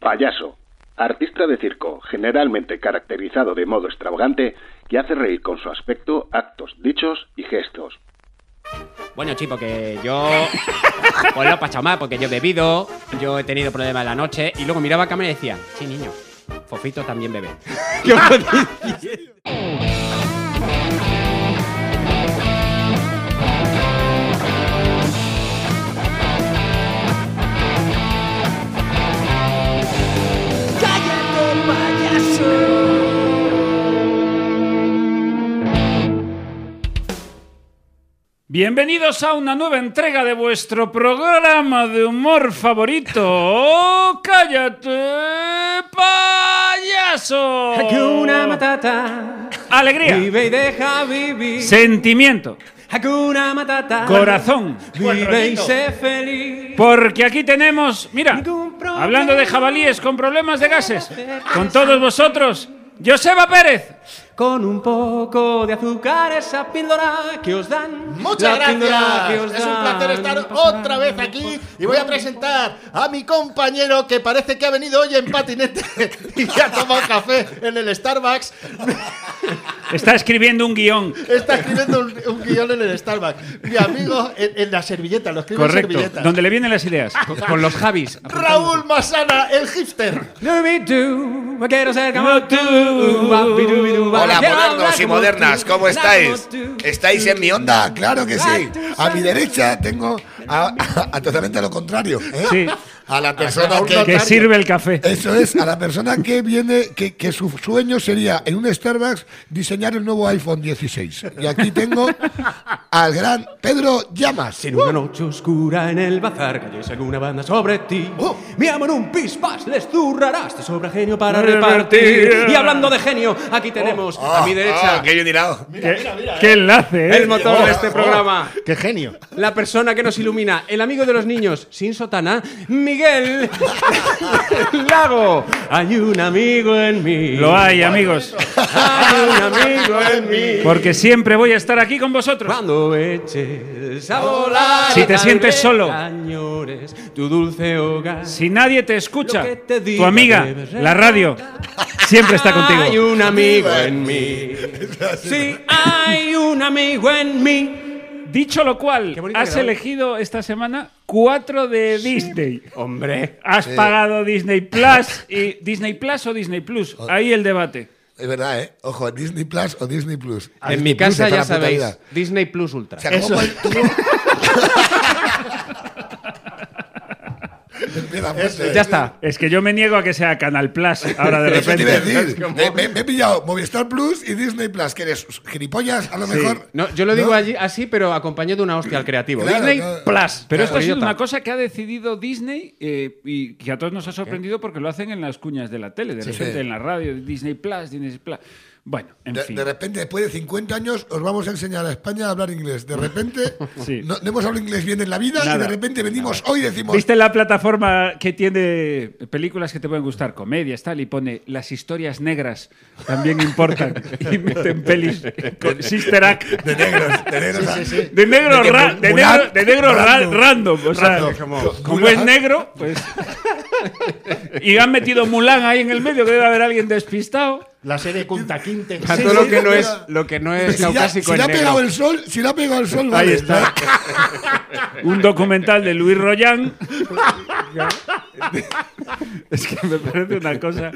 Payaso. Artista de circo, generalmente caracterizado de modo extravagante, que hace reír con su aspecto, actos, dichos y gestos. Bueno, chico, que yo. Pues lo he pasado mal, porque yo he bebido, yo he tenido problemas en la noche, y luego miraba a cámara y decía, sí, niño, Fofito también bebe. Qué jodido. Bienvenidos a una nueva entrega de vuestro programa de humor favorito. ¡Oh, ¡Cállate, payaso! Hakuna Matata. Alegría, Vive y deja vivir. sentimiento, Hakuna Matata. corazón. Vive y sé feliz. Porque aquí tenemos, mira, Ningún problema. hablando de jabalíes con problemas de gases, con todos vosotros, Joseba Pérez. Con un poco de azúcar, esa píldora que os dan. Muchas la píldora que os gracias. Es un dan. placer estar otra vez aquí y voy a presentar a mi compañero que parece que ha venido hoy en patinete y se ha tomado café en el Starbucks. Está escribiendo un guión. Está escribiendo un, un guión en el Starbucks. Mi amigo en, en la servilleta, lo escribe en Correcto. servilleta. Donde le vienen las ideas. Con los Javis. Raúl Masana, el hipster. Doobidoo, quiero ser como No, tú. tú. Babidoo, Hola, quiero hablar modernos y como modernas, tú. ¿cómo estáis? Como tú. ¿Estáis en mi onda? Claro que sí. A mi derecha tengo a, a totalmente lo contrario. ¿eh? Sí. A la persona Raúl que... Que Notario. sirve el café. Eso es, a la persona que viene, que, que su sueño sería en un Starbucks diseñar el nuevo iPhone 16. Y aquí tengo al gran Pedro Llamas. En una noche oscura en el bazar cayese alguna banda sobre ti. Oh. Mi amor, un pispas les zurrarás. Te sobra genio para Repartir. repartir. Y hablando de genio, aquí tenemos a mi derecha Oh. Ah, qué bien hilado. Qué, qué enlace, ¿eh? el motor Oh, de este programa. Qué genio. La persona que nos ilumina, el amigo de los niños, sin sotana, Miguel Lago. Hay un amigo en mí. Lo hay, amigos. Hay un amigo en mí. Porque siempre voy a estar aquí con vosotros. Cuando eches a volar. Si te tal sientes vez solo. añores tu dulce hogar. Si nadie te escucha, Lo que te tu diga amiga, debes la radio, siempre está Hay contigo. un amigo en mí. Sí, hay un amigo en mí. Dicho lo cual, Qué bonito has que era. ¿eh? elegido esta semana cuatro de Disney. Hombre. Has pagado Disney Plus y Disney Plus o Disney Plus. Oh. Ahí el debate. Es verdad, ¿eh? Ojo, Disney Plus o Disney Plus. En Disney mi Plus casa está ya la puta sabéis, vida. Disney Plus Ultra. O sea, ¿cómo Eso. puede- Empieza fuerte. Ya está. Es que yo me niego a que sea Canal Plus ahora de Eso te iba a repente. decir. Me, me- me he pillado Movistar Plus y Disney Plus, que eres gilipollas, a lo mejor. No, yo lo digo ¿No? allí así, pero acompañado de una hostia al creativo. Claro, Disney claro. Plus. Pero esto ha Pues sido idiota. una cosa que ha decidido Disney eh, y que a todos nos ha sorprendido porque lo hacen en las cuñas de la tele, de repente sí. en la radio, Disney Plus, Disney Plus. Bueno, en De, fin. de repente, después de 50 años, os vamos a enseñar a España a hablar inglés. De repente, Sí. no, no hemos hablado inglés bien en la vida Nada. y de repente venimos hoy y decimos. ¿Viste la plataforma que tiene películas que te pueden gustar, comedias, tal? Y pone las historias negras también importan. y meten pelis con Sister Act. De negros, de negros. ah, De negro, que ra- Mu- de Mulan, negro, de negro ra- Random. random. O sea, como, es negro, pues. y han metido Mulan ahí en el medio, que debe haber alguien despistado. La serie Kunta Quinte. A Sí, todo sí, lo que sí, no mira. es, lo que no es Si ya- caucásico si le en ha negro. pegado el sol, si le ha pegado el sol, vale. está. Un documental de Luis Rollán. es que me parece una cosa.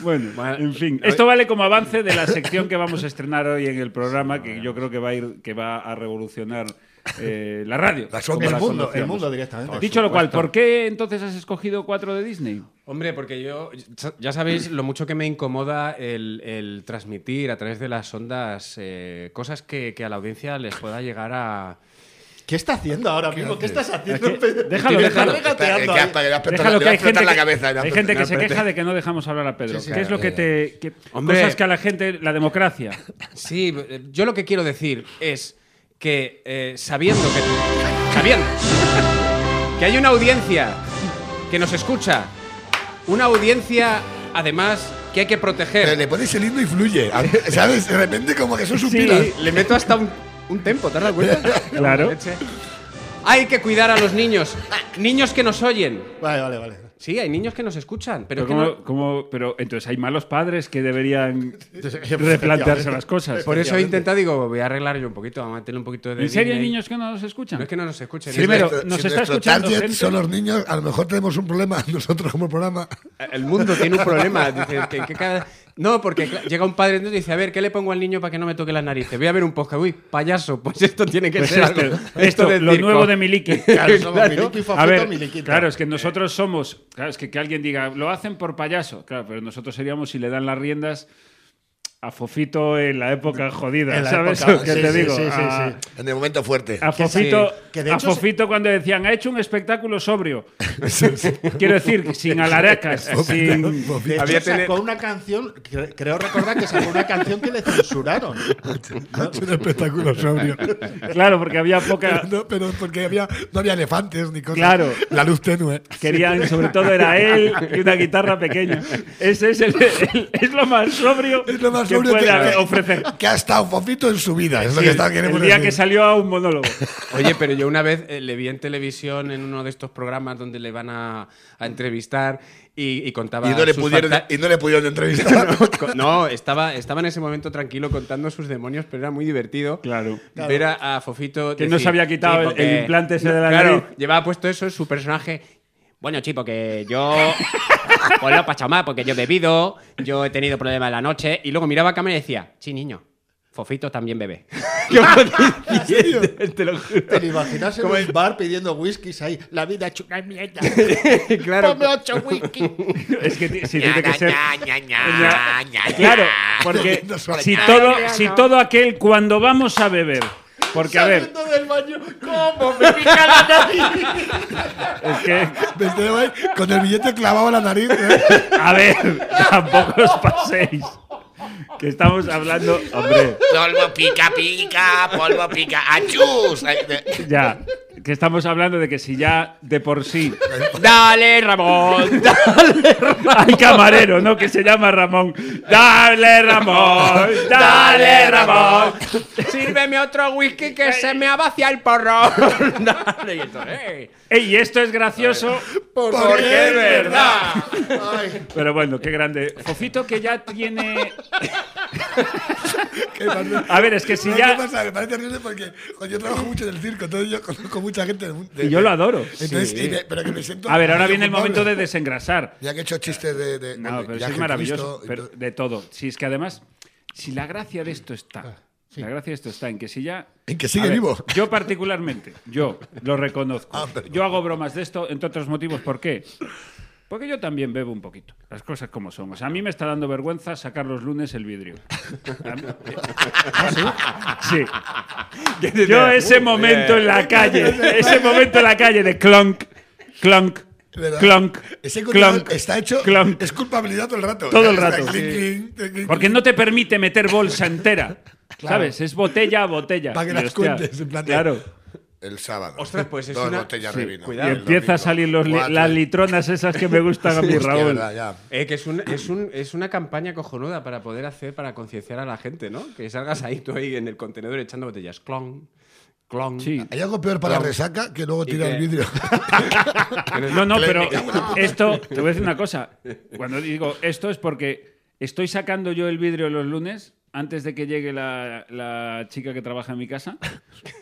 Bueno, en fin. Esto vale como avance de la sección que vamos a estrenar hoy en el programa, que yo creo que va a ir, que va a revolucionar eh, la radio. Las como ondas. la El mundo, el conocíamos. mundo directamente. Dicho lo cual, ¿por qué entonces has escogido cuatro de Disney? Hombre, porque yo, ya sabéis lo mucho que me incomoda el, el transmitir a través de las ondas eh, cosas que, que a la audiencia les pueda llegar a... ¿Qué está haciendo ahora mismo? ¿Qué estás haciendo? Pedro? Déjalo, déjalo. Está regateando Que ahí. hasta que le va a explotar- Déjalo le que va a hay gente explotar la que- cabeza, le va a hay gente que explotar- se queja de que no dejamos hablar a Pedro. Sí, Eh, sí, ¿Qué es lo que te que- Hombre. cosas que a la gente la democracia? Sí, eh, yo lo que quiero decir es que eh, sabiendo que... Sabiendo que hay una audiencia que nos escucha, una audiencia además que hay que Pero proteger. le pones el himno y fluye. a- ¿Sabes? De repente, como que son suspiras. Sí, le meto hasta un, un tempo, ¿te has dado cuenta? Claro. Leche. Hay que cuidar a los niños. Niños que nos oyen. Vale, vale, vale. Sí, hay niños que nos escuchan, pero, Pero, es que como, no- como- pero entonces hay malos padres que deberían replantearse las cosas. Por eso he Efectivamente. intentado, digo, voy a arreglar yo un poquito, vamos a meterle un poquito de. ¿En serio hay Disney. niños que no nos escuchan? No es que no nos escuchen. Sí, es pero- nuestro- nos si está nuestro escuchando target gente. son los niños, a lo mejor tenemos un problema nosotros como programa. El mundo tiene un problema. Dice, que- que cada- No, porque cla- llega un padre entonces y dice, a ver, ¿qué le pongo al niño para que no me toque las narices? Voy a ver un podcast. Uy, payaso, pues esto tiene que Pues ser esto, algo. esto, del lo circo. nuevo de Miliki. Claro, somos Miliki, Fofuto, A ver, Miliquito. claro, es que nosotros somos, claro, es que, que alguien diga, lo hacen por payaso, claro, pero nosotros seríamos si le dan las riendas a Fofito en la época jodida, En la ¿sabes? época- ¿Qué sí, te sí, digo? Ah. sí, sí, a, sí. En el momento fuerte. a Fofito, sí. Que de a hecho se- Fofito cuando decían, ha hecho un espectáculo sobrio. Quiero decir, sin alaracas, sin... De Había hecho, sacó tele- una canción, cre- creo recordar que sacó una canción que le censuraron. Es un espectáculo sobrio. Claro, porque había Pero, poca... no, pero porque había, no había elefantes ni cosas. Claro. La luz tenue. Querían, sobre todo, era él y una guitarra pequeña. Ese es, el- el- es lo más sobrio, Es lo más que sobrio que, puede que- ofrecer. que ha estado Fofito en su vida. Es lo que está, el queremos día que decir. salió a un monólogo. Oye, pero yo una vez eh, le vi en televisión en uno de estos programas donde le van a, a entrevistar y, y contaba. y, no le sus pudieron, fanta- y no le pudieron entrevistar. Co- No, estaba, estaba en ese momento tranquilo contando sus demonios, pero era muy divertido. Claro. Ver a, a Fofito. Que no se había quitado el- porque- el implante ese de la Claro, nariz". llevaba puesto eso, su personaje. Bueno, chico, que yo. Pues lo he pasado mal porque yo he bebido, yo he tenido problemas en la noche. Y luego miraba a cámara y decía: Sí, niño, Fofito también bebe. ¿Qué dices? Te lo juro. ¿Te lo imaginas en un bar pidiendo whiskies ahí? La vida es una mierda. Claro. Ponme ocho whisky. Es que ti- si tiene que ser. Claro, porque No suena si nada. todo, si todo aquel cuando vamos a beber. Porque, a ver, Saliendo del baño, ¿cómo me pica la nariz? es que. Me quedo ahí con el billete clavado en la nariz. ¿eh? A ver, tampoco os paséis. Que estamos hablando. Hombre, Polvo pica, pica, polvo pica, achus. Ay, de- ya. Que estamos hablando de que si ya de por sí Dale, Ramón. Hay camarero, ¿no? Que se llama Ramón. Dale, Ramón. Dale, Ramón. Sírveme otro whisky que se me ha vaciado el porro. Dale, y esto, eh. Ey, y esto es gracioso. Porque es verdad. Ay, Pero bueno, qué grande. Fofito que ya tiene. ¿Qué pasa? A ver, es que si ¿Sabes qué ya. pasa? Me parece horrible porque jo, yo trabajo mucho en el circo, entonces yo conozco mucha gente. del mundo- de- Y yo lo adoro. Entonces, y me- pero que me siento. A ver, ahora viene el momento de culpable. desengrasar. Ya que he hecho chistes de. de- No, de pero eso viaje es maravilloso. Cristo, pero entonces- de todo. Si es que además, si la gracia de esto está. La gracia de esto está en que si ya. Ah, En que A sigue ver, vivo. Yo particularmente, yo lo reconozco. Ah, perdón. Yo hago bromas de esto, entre otros motivos. ¿Por qué? Porque yo también bebo un poquito. Las cosas como son. O sea, a mí me está dando vergüenza sacar los lunes el vidrio. A mí- ¿Ah, sí? Yo ese momento en la calle, ese momento en la calle de clonk, clonk, ¿Verdad? clonk, Ese control clonk, está hecho. clonk. Es culpabilidad todo el rato. Todo el Está rato. clink, clink, clink, clink. Porque no te permite meter bolsa entera. ¿Sabes? Es botella a botella. Para que Y, las hostia, cuentes, en plan de- Claro. El sábado. Ostras, pues es Dos una- botellas sí, de vino. cuidado. Y El empieza a domingo, salir los li- cuatro. las litronas esas que me gustan a Sí, mí, es que Raúl. verdad, ya. Eh, que es, un- es, un- es una campaña cojonuda para poder hacer, para concienciar a la gente, ¿no? Que salgas ahí tú ahí en el contenedor echando botellas. Clon, clon. Sí. Hay algo peor para la resaca que luego tirar el que- vidrio. No, no, pero esto, te voy a decir una cosa. Cuando digo esto es porque estoy sacando yo el vidrio los lunes antes de que llegue la, la chica que trabaja en mi casa,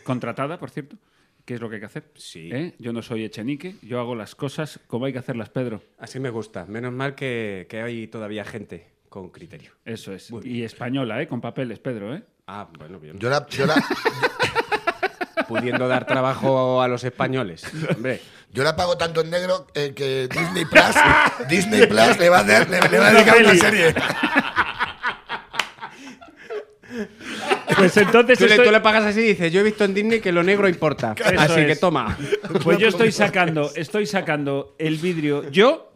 contratada, por cierto, que es lo que hay que hacer. Sí. ¿Eh? Yo no soy Echenique, yo hago las cosas como hay que hacerlas, Pedro. Así me gusta. Menos mal que, que hay todavía gente con criterio. Eso es. Y española, ¿eh? Con papeles, Pedro, ¿eh? Ah, bueno, bien. Yo la, yo, la, Pudiendo dar trabajo a los españoles. Hombre. yo la pago tanto en negro eh, que Disney Plus, Disney Plus le va a, hacer- le, le va a dedicar una peli. serie. Pues entonces Tú le, estoy- tú le pagas así y dices, yo he visto en Disney que lo negro importa. Eso así que es. toma. Pues yo estoy sacando, estoy sacando el vidrio yo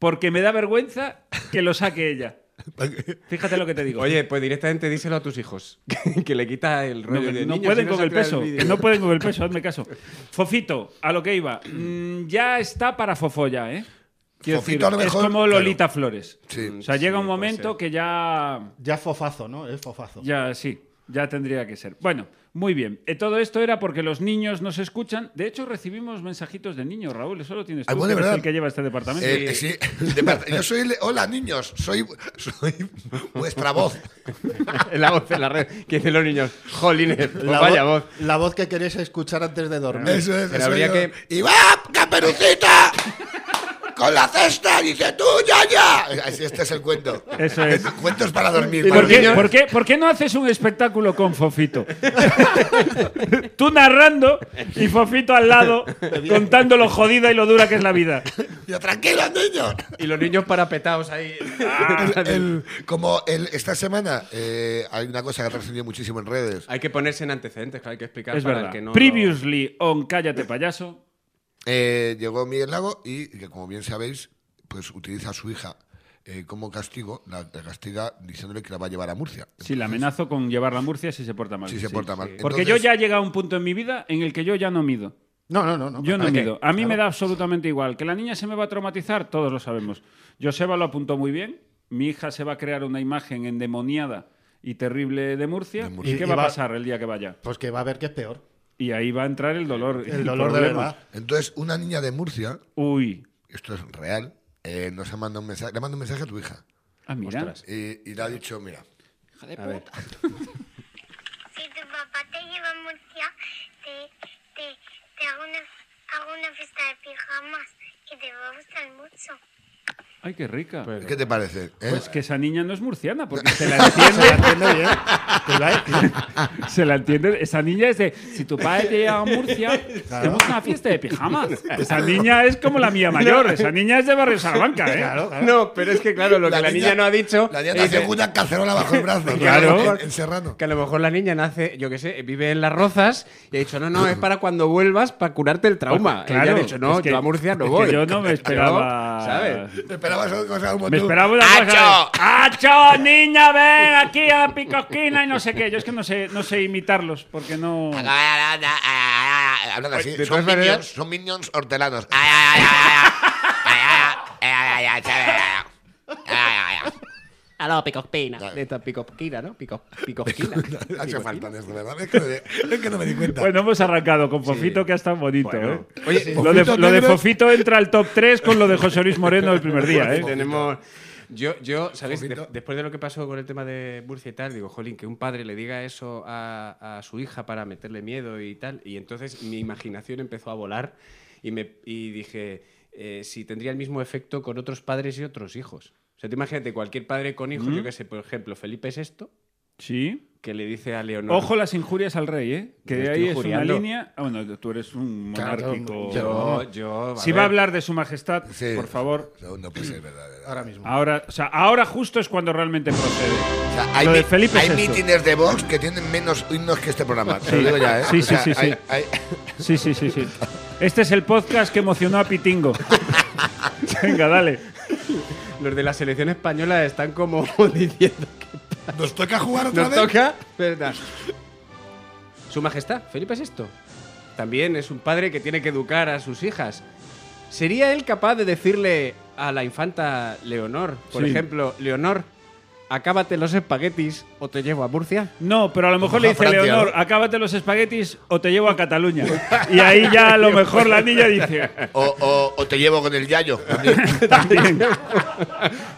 porque me da vergüenza que lo saque ella. Fíjate lo que te digo. Oye, pues directamente díselo a tus hijos. Que, que le quita el no, rollo de no niño, pueden si con el saldrá peso, vídeo. que no pueden con el peso, hazme caso. Fofito, a lo que iba. Mm, ya está para fofolla, ¿eh? Quiero Fofito a lo decir, es mejor, como claro. Lolita Flores. Sí. O sea, llega un puede momento ser. que ya Ya fofazo, ¿no? Es fofazo. ya sí. Ya tendría que ser. Bueno, muy bien. Eh, todo esto era porque los niños nos escuchan. De hecho, recibimos mensajitos de niños, Raúl. Eso lo tienes tú, Ah, bueno, que eres ¿verdad? el que lleva este departamento. Eh, sí, de parte- yo soy. el- Hola, niños. Soy, soy vuestra voz. la voz en la red que dicen los niños. Jolines, pues La vaya voz- voz. La voz que queréis escuchar antes de dormir. Eso es. Pero eso habría yo. que- ¡Y va, caperucita! ¡Con la cesta! Dice tú, ya, ya. Así, Este es el cuento. Eso es. Cuentos para dormir. ¿Y para ¿Por los qué, niños? por qué- por qué no haces un espectáculo con Fofito? Tú narrando y Fofito al lado contando lo jodida y lo dura que es la vida. Yo, tranquilos, niños. Y los niños parapetados ahí. El- el- como el- esta semana eh, hay una cosa que ha recibido muchísimo en redes. hay que ponerse en antecedentes, claro, hay que explicar Es para verdad. el que no. Previously on Cállate Payaso. Eh, llegó Miguel Lago y, que como bien sabéis, pues utiliza a su hija eh, como castigo, la, la castiga diciéndole que la va a llevar a Murcia. Sí, la amenazo con llevarla a Murcia si se porta mal. Si se porta mal. Porque Entonces- yo ya he llegado a un punto en mi vida en el que yo ya no mido. No, no, no. no. Yo no ¿Para qué? mido. A mí me da absolutamente igual. Que la niña se me va a traumatizar, todos lo sabemos. Joseba lo apuntó muy bien. Mi hija se va a crear una imagen endemoniada y terrible de Murcia. De Murcia. ¿Y qué Y- y va a va- pasar el día que vaya? Pues que va a ver que es peor. Y ahí va a entrar el dolor. y El dolor de problemas. verdad. Entonces, una niña de Murcia, Uy. esto es real, eh, nos ha mandado un mensaje, le manda un mensaje a tu hija. Ah, mira. Ostras. Y, y le ha dicho, mira, A ver. Si tu papá te lleva a Murcia, te, te, te hago, una, hago una fiesta de pijamas y te va a gustar mucho. Ay, qué rica. Pues, ¿qué te parece? eh? que esa niña no es murciana, porque se la entiende. Se la entiende bien. Te la- se la entiende. Esa niña es de, si tu padre te lleva a Murcia, tenemos una fiesta de pijamas. Esa niña es como la mía mayor. Esa niña es de Barrio Salamanca, ¿eh? Claro, claro. No, pero es que claro, lo que la niña no ha dicho. La niña es nació que- con una cacerola bajo el brazo, Claro. en, en Serrano. Que a lo mejor la niña nace, yo qué sé, vive en las rozas y ha dicho, no, no, es para cuando vuelvas para curarte el trauma. Claro, Ella ha dicho, no, es que- yo a Murcia no es que voy. yo no me esperaba- ¿Sabes? Te esperabas algo cosa como Me tú. esperaba una ¡Acho! cosa. de, ¡Acho, niña, ven aquí a Picosquina y no sé qué! Yo es que no sé, no sé imitarlos, porque no... Eh, Hablan así, Pues, de son todas maneras- minions, son minions hortelanos. Ah, Aló, Picopina. De esta picosquina, ¿no? Pico, picosquina. Ha hecho falta de esto, ¿verdad? Es que, no me- es que no me di cuenta. Bueno, hemos arrancado con Fofito, que ha estado bonito, Bueno. ¿eh? Oye, lo, de, Fofito lo de Negro- Fofito entra al top 3 con lo de José Luis Moreno el primer día, Porque ¿eh? tenemos. Yo, yo ¿sabéis? De- Poquito. después de lo que pasó con el tema de Murcia y tal, digo, jolín, que un padre le diga eso a, a su hija para meterle miedo y tal. Y entonces mi imaginación empezó a volar y, me, y dije, eh, si tendría el mismo efecto con otros padres y otros hijos. O sea, te imagínate cualquier padre con hijos, yo qué sé, por ejemplo, Felipe VI, Sí. que le dice a Leonor. Ojo las injurias al rey, ¿eh? Yo Que estoy ahí es injuriando. una línea... Ah, bueno, tú eres un Claro, monárquico... yo, yo. si va a hablar de su majestad, Sí. por favor... No, no puede ser verdad. verdad. Ahora mismo. Ahora, o sea, ahora justo es cuando realmente procede. O sea, hay Lo de mi- Felipe hay es esto. mítines de Vox que tienen menos himnos que este programa. Te Sí. lo digo ya, ¿eh? Sí, O sea, sí, sí, hay- sí. hay- Sí, sí, sí, sí. Este es el podcast que emocionó a Pitingo. Venga, dale. Los de la selección española están como diciendo Nos toca jugar otra Nos vez. toca. Verdad. Su Majestad, Felipe VI, también es un padre que tiene que educar a sus hijas. ¿Sería él capaz de decirle a la infanta Leonor, por Sí. ejemplo, Leonor, acábate los espaguetis o te llevo a Murcia? No, pero a lo mejor le A dice Francia, Leonor, ¿no? acábate los espaguetis o te llevo a Cataluña. Y ahí ya a lo mejor la niña dice, O, o- o te llevo con el yayo.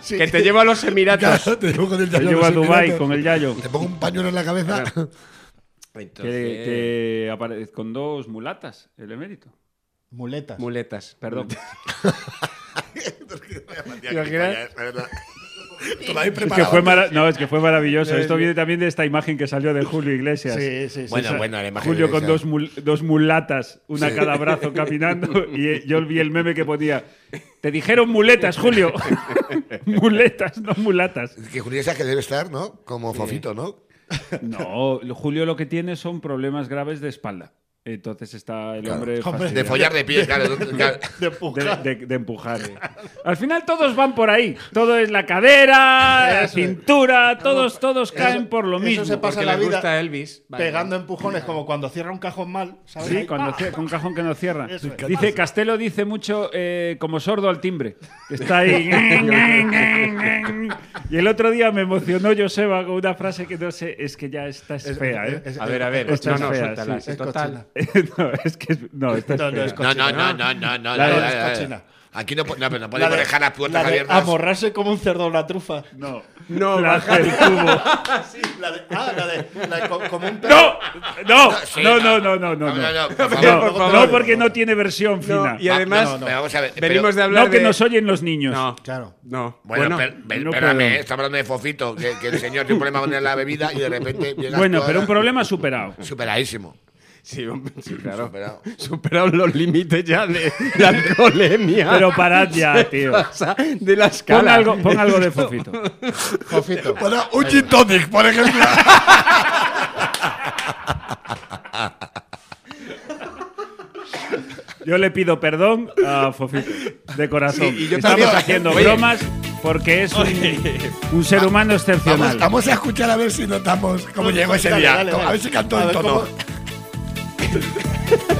Que te llevo a los Emiratos. Claro, te llevo con el te yayo. llevo no a sé qué Dubái dato. con el Yayo. Te pongo un pañuelo en la cabeza. Que, Entonces, eh, que aparece con dos mulatas, el emérito. Muletas. Muletas, perdón. imaginas? Te lo habéis Es que preparado. fue mara- no, es que fue maravilloso. Esto viene también de esta imagen que salió de Julio Iglesias. Sí, sí, sí. Bueno, bueno, la imagen Julio de con esa. dos, mul- dos mulatas, una Sí. cada brazo caminando. Y eh, yo vi el meme que ponía: Te dijeron muletas, Julio. muletas, no mulatas. Es que Julio Iglesias que debe estar, ¿no? Como Fofito, ¿no? No, lo- Julio lo que tiene son problemas graves de espalda. Entonces está el Claro. hombre. Hombre, De fastidiado. follar de pie, claro. claro. De empujar. De, de- de empujar. eh. Al final todos van por ahí. Todo es la cadera, la Eso es. cintura, todos, todos caen por lo eso mismo. se pasa Porque la le vida gusta Elvis. Vale. Pegando empujones, como cuando cierra un cajón mal, ¿sabes? Sí, Ahí, cuando ¡pa! cie- con un cajón que no cierra. Eso es. Dice, Castelo dice mucho eh, como sordo al timbre. Está ahí. y el otro día me emocionó Joseba con una frase que no sé, es que ya esta es, Es- fea, ¿eh? es- A ver, a ver. Esta No, es no, fea, suéltala. sí. sí, Es total. no, es que es- no, esta es No, no, fea. es No, no, cochina, no, no, no, no. La no, de- no, no, no. es cochina. Aquí no, po- no, pero no La podemos de- dejar las la puertas de abiertas. Amorrarse como un cerdo a una trufa. No, No, la baja. del cubo. Sí, la de. Ah, la de. la de co- como un perro. ¡No! ¡No! sí, No, no, no. no, no, no. No, No, no, no, por favor. No, Por favor. no, porque no tiene versión fina. No, y además, no, no. Pero vamos a ver. pero- venimos de hablar No, que de- nos oyen los niños. No, Claro. no. Bueno, Bueno, per- per- no espérame, puedo. eh, estamos hablando de Fofito, que, que el señor tiene un problema con la bebida y de repente llega. Bueno, pero un problema superado. Superadísimo. sí, hombre, sí, claro. Superado. Superaron los límites ya de la alcoholemia. Pero parad ya, tío. Pasa de la Pon escala. algo, pon algo de Fofito. Jofito. Bueno, un gin tonic, por ejemplo. Yo le pido perdón a Fofito, de corazón. Sí, y yo Estamos también. haciendo Oye. bromas porque es un, un ser humano Vamos, excepcional. vamos a escuchar a ver si notamos cómo llegó ese Dale, día. dale, dale. A ver si cantó A en ver tono. cómo-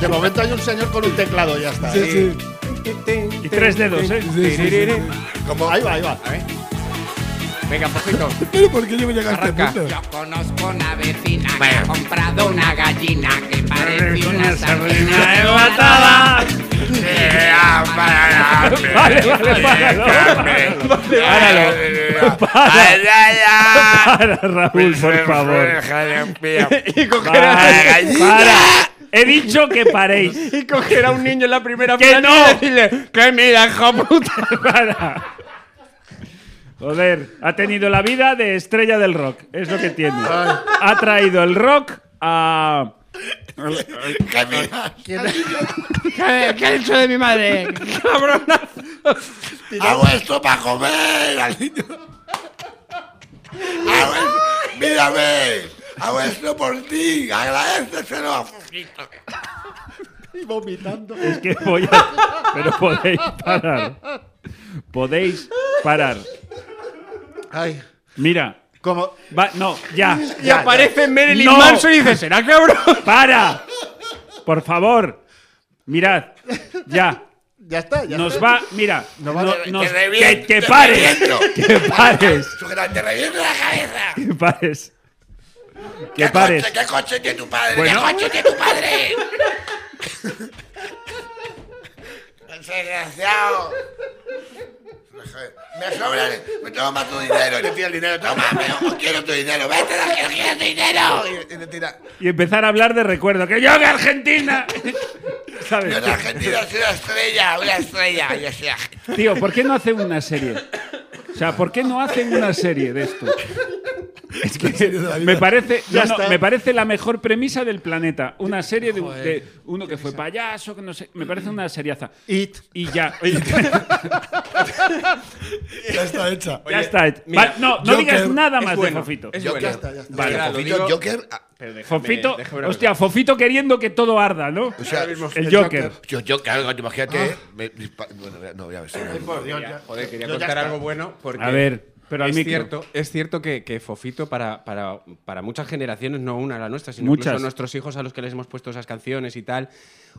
De momento hay un señor con un teclado, ya está. Sí, sí. Y tres dedos, ¿eh? Como- Ahí va, ahí va. Venga, Fofito. Pero ¿por qué yo me llega a este Arranca. punto? Yo conozco una vecina que ha comprado una gallina que parece una sardina Una enlatada. enlatada. Vale, Vale, vale, para. Para, Raúl, por favor. y cogerá, Para, para. He dicho que paréis. y cogerá a un niño en la primera ¡Que fila no! y decirle que mira, hijo puta. Para. Joder, ha tenido la vida de estrella del rock. Es lo que tiene. Ha traído el rock a. ¿Qué, qué ha dicho de mi madre? Cabrona. Hago esto para comer al niño. Hago esto- mírame. Hago esto por ti. Agradeceselo a Y vomitando. Es que voy a... Pero podéis parar. Podéis parar. Ay. Mira. Como. va- No, ya. Y aparece Marilyn No. Manson y dice, ¿será cabrón? ¡Para! Por favor. Mirad. Ya. Ya está, ya Nos está. va. Mira. No va- no- te nos- que, reviento, que te pares. reviento. Que pares. Su gran- ¡Te reviento la cabeza! Que pares. Que ¿Qué pares. coche- ¿Qué coche tiene tu padre? Bueno. ¿Qué coche tiene tu padre? Desgraciado. Me sobra. Me toma tu dinero. Y le tira el dinero. Toma, pero quiero tu dinero. Vete de aquí, quiero tu dinero. Y, y le tira. Y empezar a hablar de recuerdo. ¡Que yo de Argentina! Yo ¿Sabes? en Argentina soy una estrella. Una estrella. Yo soy argentino. Tío, ¿por qué no hacen una serie? O sea, ¿por qué no hacen una serie de esto? Es que me parece, Ya no, no, está. me parece la mejor premisa del planeta. Una serie de, de uno que fue payaso, que no sé. Me parece una seriaza. It. Y ya. Ya está hecha. ya está. mira, Va- no, no Joker digas nada es más bueno, de Fofito. es Ya bueno. está, ya está. Vale, Mira, Fofito, Fofito, yo- Joker. ah, Pero déjame- Fofito, déjame una hostia, Fofito queriendo que todo arda, ¿no? O sea, El Joker. Yo, yo, claro, imagínate. eh, me dispa- bueno, no voy a ver. si- Por Dios, ya. cosa. Joder, quería Yo ya contar está. algo bueno porque... A ver, pero al es micro. cierto, es cierto que, que Fofito para, para, para muchas generaciones, no una la nuestra, sino Muchas. incluso a nuestros hijos a los que les hemos puesto esas canciones y tal,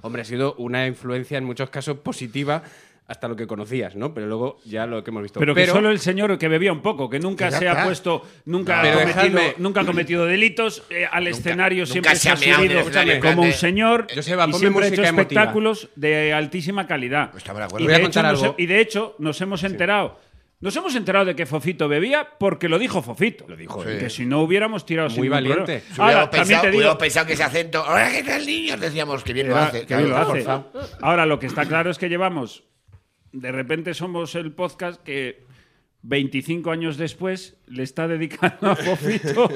hombre, ha sido una influencia en muchos casos positiva hasta lo que conocías, ¿no? Pero luego ya lo que hemos visto. Pero, que solo el señor que bebía un poco, que nunca Ya se ha está. puesto, nunca ha, Pero cometido, dejadme- nunca ha cometido delitos, eh, al escenario siempre nunca se ha se ha meado en el subido escenario, como un espérate. señor Joseba, y ponme siempre ha hecho música emotiva. espectáculos de altísima calidad. Pues Estaba de Y acuerdo. Voy a de, hecho, contar nos, algo. y de hecho nos hemos enterado. Nos hemos enterado de que Fofito bebía porque lo dijo Fofito. Lo dijo él. Que si no hubiéramos tirado Muy sin ningún valiente. problema. Si Ahora, hubiéramos también pensado, te digo, hubiéramos pensado que ese acento. Ahora que tal niños decíamos que bien lo Ah, hace. que bien lo claro. hace. Ahora lo que está claro es que llevamos, de repente somos el podcast que 25 años después le está dedicando a Fofito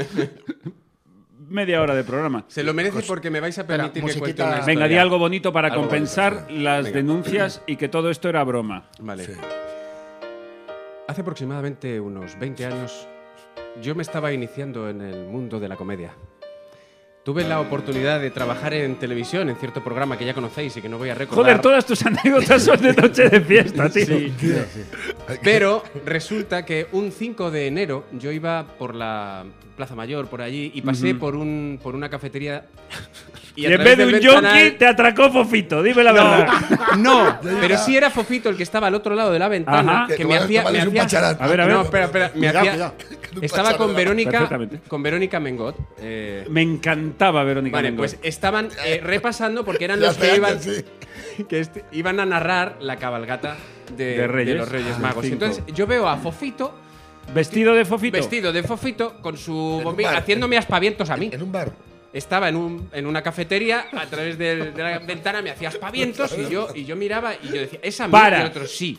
media hora de programa. Se lo merece Pues, porque me vais a permitir que musiquita. cuente una historia. Venga, di algo bonito para Algo compensar las Venga. denuncias y que todo esto era broma. Vale. Hace aproximadamente unos 20 años yo me estaba iniciando en el mundo de la comedia. Tuve la oportunidad de trabajar en televisión, en cierto programa que ya conocéis y que no voy a recordar. Joder, todas tus anécdotas son de noche de fiesta, tío. Pero resulta que un 5 de enero yo iba por la Plaza Mayor, por allí, y pasé por, un, por una cafetería. Y, a en vez través de un del yonki, ventanal- te atracó Fofito, dime la verdad. No, pero sí era Fofito el que estaba al otro lado de la ventana, Ajá. Que que tú me vas- hacía... tú me vales un hacía- pacharán. A ver, a ver. No, espera, espera. me Cuidado, hacía- cuidado, que un Estaba con pacharán. Verónica, Perfectamente. con Verónica Mengot. eh, Me encantaba Verónica. vale, Mengo. pues estaban eh, repasando porque eran Ya los hace que iban, años, sí. que est- iban a narrar la cabalgata de, De Reyes. de los Reyes Ah, Magos. cinco. Entonces yo veo a Fofito Vestido de Fofito. vestido de Fofito con su un bombilla bar. haciéndome aspavientos a mí. En un bar. Estaba en, un- en una cafetería, a través del- de la ventana me hacía aspavientos y yo, y yo miraba y yo decía, esa mía Para. y el otro sí.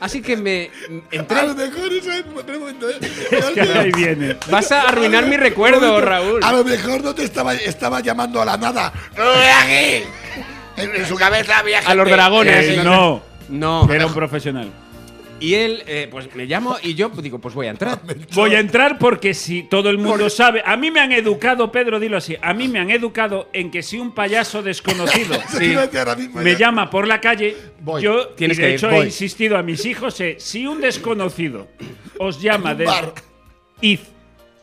Así que me A lo entré. mejor eso es. espera un momento, ¿eh? Es que ahí viene. Vas a arruinar mi recuerdo, Raúl. A lo mejor no te estaba, estaba llamando a la nada. ¡No vean aquí! En, en su cabeza había gente. A los dragones. Eh, no, No. era un profesional. Y él, eh, pues me llamo y yo digo, pues voy a entrar. Voy a entrar porque si todo el mundo sabe, a mí me han educado, Pedro, dilo así, a mí me han educado en que si un payaso desconocido Eso te iba a decir ahora mismo, me ya. llama por la calle, Voy. yo y Tienes de que ir, hecho he voy. insistido a mis hijos, eh, si un desconocido os llama de bar. id,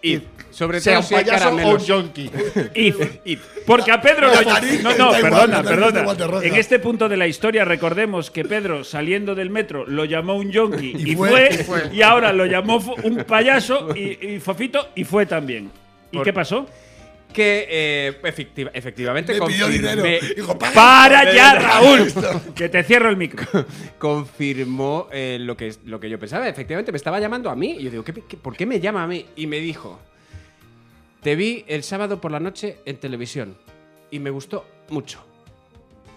Id. Sobre Sea todo un si hay payaso o un caramelos. yonki. id, Id. porque a Pedro La lo- nariz no, está no, igual, la perdona, nariz está igual de perdona. roja. En este punto de la historia recordemos que Pedro saliendo del metro lo llamó un yonki y, Y fue, fue, y fue. y ahora lo llamó fo- un payaso y, y fofito y fue también. ¿Y Por- qué pasó? Que eh, efecti- efectivamente Me pidió confirmé- dinero. Dijo, paga. ¡Para ya, Raúl! Que te cierro el micro. confirmó eh, lo, que, lo que yo pensaba. Efectivamente, me estaba llamando a mí. Y yo digo, ¿qué, qué- por qué me llama a mí? Y me dijo, te vi el sábado por la noche en televisión y me gustó mucho.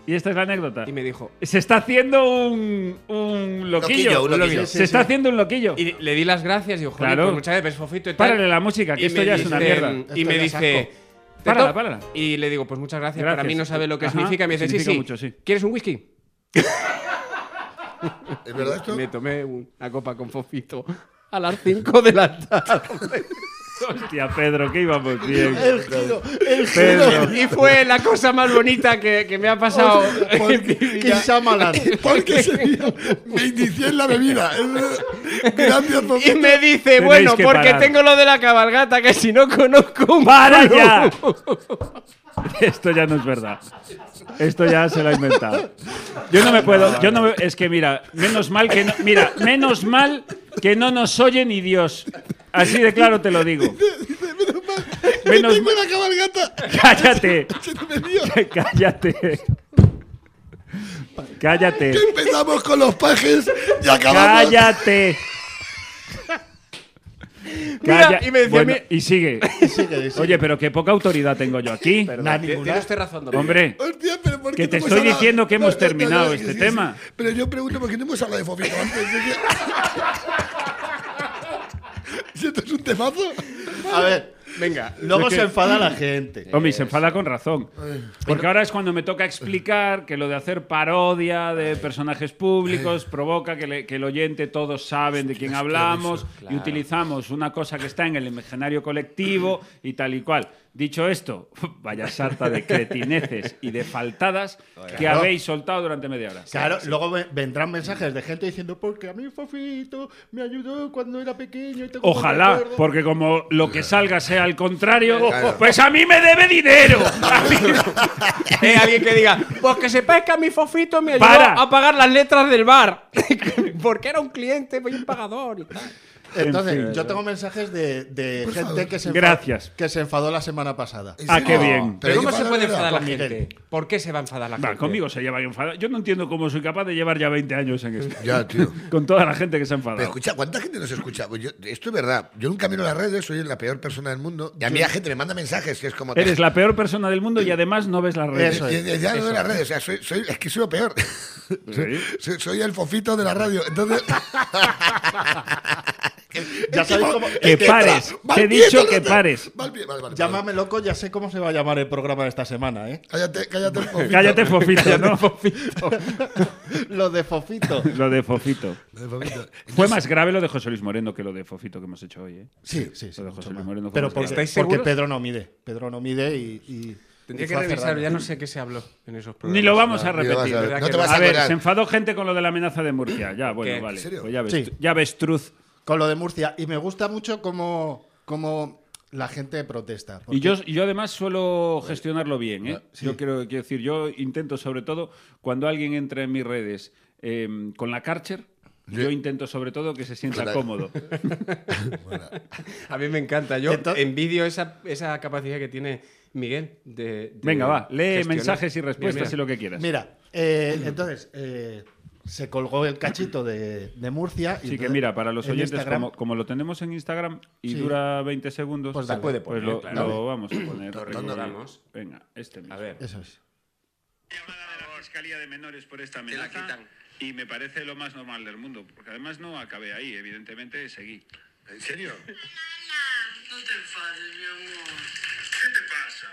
Y esta es la anécdota. Y me dijo... Se está haciendo un, un loquillo. Loquillo, un loquillo. Se está haciendo un loquillo. Y le di las gracias y digo, joder, Claro. pues muchas gracias, Fofito y tal. Párale la música, que Y esto me ya es una dice- mierda. Y Esto me ya es dice... asco. "Te Párala, to-". párala. Y le digo, pues muchas gracias, Gracias. para mí no sabe lo que Ajá, significa. Y me dice, sí, significa sí, mucho, sí. ¿quieres un whisky? ¿Es verdad esto? Me tomé una copa con Fofito a las 5 de la tarde. Hostia, Pedro, que íbamos bien. El giro, el Pedro. giro. Y fue la cosa más bonita que, que me ha pasado. en mi vida. Que Shyamalan. Porque sería. Me inicié en la bebida. Es- Gracias, y Fofito. me dice, Tenéis bueno, que porque parar. tengo lo de la cabalgata, que si no conozco un ¡Para club". ya! Esto ya no es verdad. Esto ya se lo ha inventado. Yo no me puedo. Yo no me- es que mira, menos mal que no. Mira, menos mal que no nos oye ni Dios. Así de claro te lo digo. Menos Tengo la cabalgata. Cállate. Se te me dio. Cállate. Cállate. Empezamos con los pajes y acabamos. Cállate. Mira, Calla- y me decía Bueno, a mí- y sigue. sigue, sigue. Oye, pero qué poca autoridad tengo yo aquí. Nah, Tienes ninguna. usted razón, don Hombre, Hostia, pero ¿por qué Que te no hemos estoy hablado? diciendo que hemos terminado sí, este sí, tema. sí. Pero yo pregunto por qué no hemos hablado de Fofito antes. Es que- Si esto es un temazo. Ah, A ver, Venga. luego Es que- se enfada la gente. hombre, y se enfada con razón. Porque ahora es cuando me toca explicar que lo de hacer parodia de personajes públicos provoca que, le- que el oyente todos saben de quién hablamos y utilizamos una cosa que está en el imaginario colectivo y tal y cual. Dicho esto, vaya sarta de cretineces y de faltadas que Claro. habéis soltado durante media hora. Claro, luego ve- vendrán mensajes de gente diciendo porque a mí Fofito me ayudó cuando era pequeño. y tengo un Ojalá, recuerdo". porque como lo que salga sea al contrario, pues a mí me debe dinero. A mí- Eh, alguien que diga, pues que sepáis que a mi fofito me ayudó Para. a pagar las letras del bar. porque era un cliente, fue un pagador. y tal. Entonces, En fin. yo tengo mensajes de, de gente favor. que se, enfa- Gracias. que se enfadó la semana pasada. ¿En Ah, serio? qué bien. Pero, hay ¿cómo que se parar, puede ¿verdad? enfadar la Con gente? Miguel. ¿Por qué se va a enfadar la Va, gente? conmigo se lleva enfadado. Yo no entiendo cómo soy capaz de llevar ya 20 años en esto. Ya, tío. Con toda la gente que se ha Pero enfadado. escucha, ¿cuánta gente nos escucha? Pues yo- esto es verdad. Yo nunca miro las redes, soy la peor persona del mundo. Y a mí la gente me manda mensajes que es como. Eres la peor persona del mundo y además no ves las redes. Eso Y- es, y- ya no de las redes, o sea, soy, soy- es que soy lo peor. Soy, soy el fofito de la radio. Entonces, Ya sabéis cómo. Que Te pares. tra- va Te he al pie, dicho cállate. que pares. Va al pie, Vale, vale, perdón. Llámame loco, ya sé cómo se va a llamar el programa de esta semana, ¿eh? Cállate, cállate. Fofito. Cállate, Fofito, ¿no? Oh. Lo de Fofito. Lo de Fofito. Lo de Fofito. Fue más grave lo de José Luis Moreno que lo de Fofito que hemos hecho hoy, ¿eh? Sí, sí, sí. Lo de mucho José Luis más. Moreno fue Pero más porque, ¿Estáis porque seguros? Pedro no mide. Pedro no mide y. y- Tendría y que fue a revisar, cerrar. ya no sé qué se habló en esos programas. Ni lo vamos a Ya. Ni lo vas repetir. a ver. ¿verdad No que te vas no? a A ver, acordar. se enfadó gente con lo de la amenaza de Murcia. Ya, bueno, ¿Qué? vale. ¿En serio? Pues ya ves, Sí. ya ves truz. Con lo de Murcia. Y me gusta mucho cómo, cómo la gente protesta. Y porque- yo, y yo además suelo gestionarlo bien, Ah, ¿eh? Yo quiero, quiero decir, yo intento sobre todo cuando alguien entra en mis redes eh, con la Karcher, yo intento sobre todo que se sienta Claro. cómodo. A mí me encanta. Yo Ento- envidio esa, esa capacidad que tiene Miguel de. de Venga, va, lee gestionar. mensajes y Mira, respuestas mira. y lo que quieras. Mira, eh, entonces. eh, se colgó el cachito de, de Murcia. y Así que entonces mira, para los en oyentes, Instagram- como, como lo tenemos en Instagram y Sí. dura 20 segundos, Pues dale. Se puede pues poner, lo, claro. lo vamos a poner. recordamos. Venga, este mismo. A ver. Eso es. llamada de la Fiscalía de Menores por esta amenaza y me parece lo más normal del mundo, porque además no acabé ahí, evidentemente seguí. ¿En serio? Lala, No te enfades, mi amor. ¿Qué te pasa?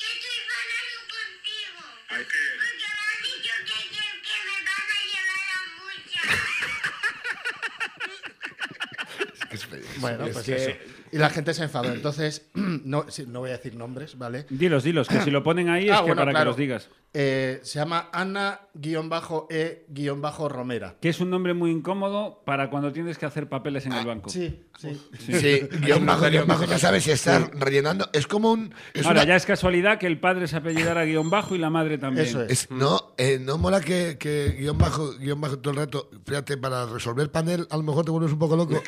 yo estoy hablando contigo. ¿Por qué? Porque me has dicho que, que, que me vas a llevar a mucha. Bueno, pues eso. Y la gente se enfadó. Entonces, no, sí, no voy a decir nombres, ¿vale? Dilos, dilos, que si lo ponen ahí es Ah, que bueno, para que claro. los digas. Eh, se llama Ana-E-Romera. Que es un nombre muy incómodo para cuando tienes que hacer papeles en el banco. Ah, Sí, sí. Sí, guión bajo, guión bajo, no sabes si estás rellenando. Es como un. Es Ahora, una- ya es casualidad que el padre se apellidara guión bajo y la madre también. Eso es. es- no, eh, no mola que, que guión bajo, guión bajo todo el rato. Fíjate, para resolver panel, a lo mejor te vuelves un poco loco.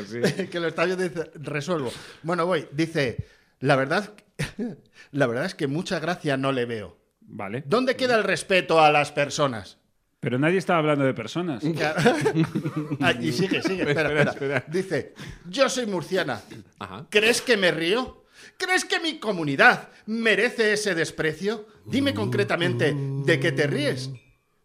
que lo está viendo y dice, resuelvo. Bueno, voy. Dice, la verdad, la verdad es que mucha gracia no le veo. Vale. ¿Dónde queda el respeto a las personas? Pero nadie estaba hablando de personas. Ah, y sigue, sigue. Espera, espera. Dice, yo soy murciana. Ajá. ¿Crees que me río? ¿Crees que mi comunidad merece ese desprecio? Dime concretamente, ¿de qué te ríes?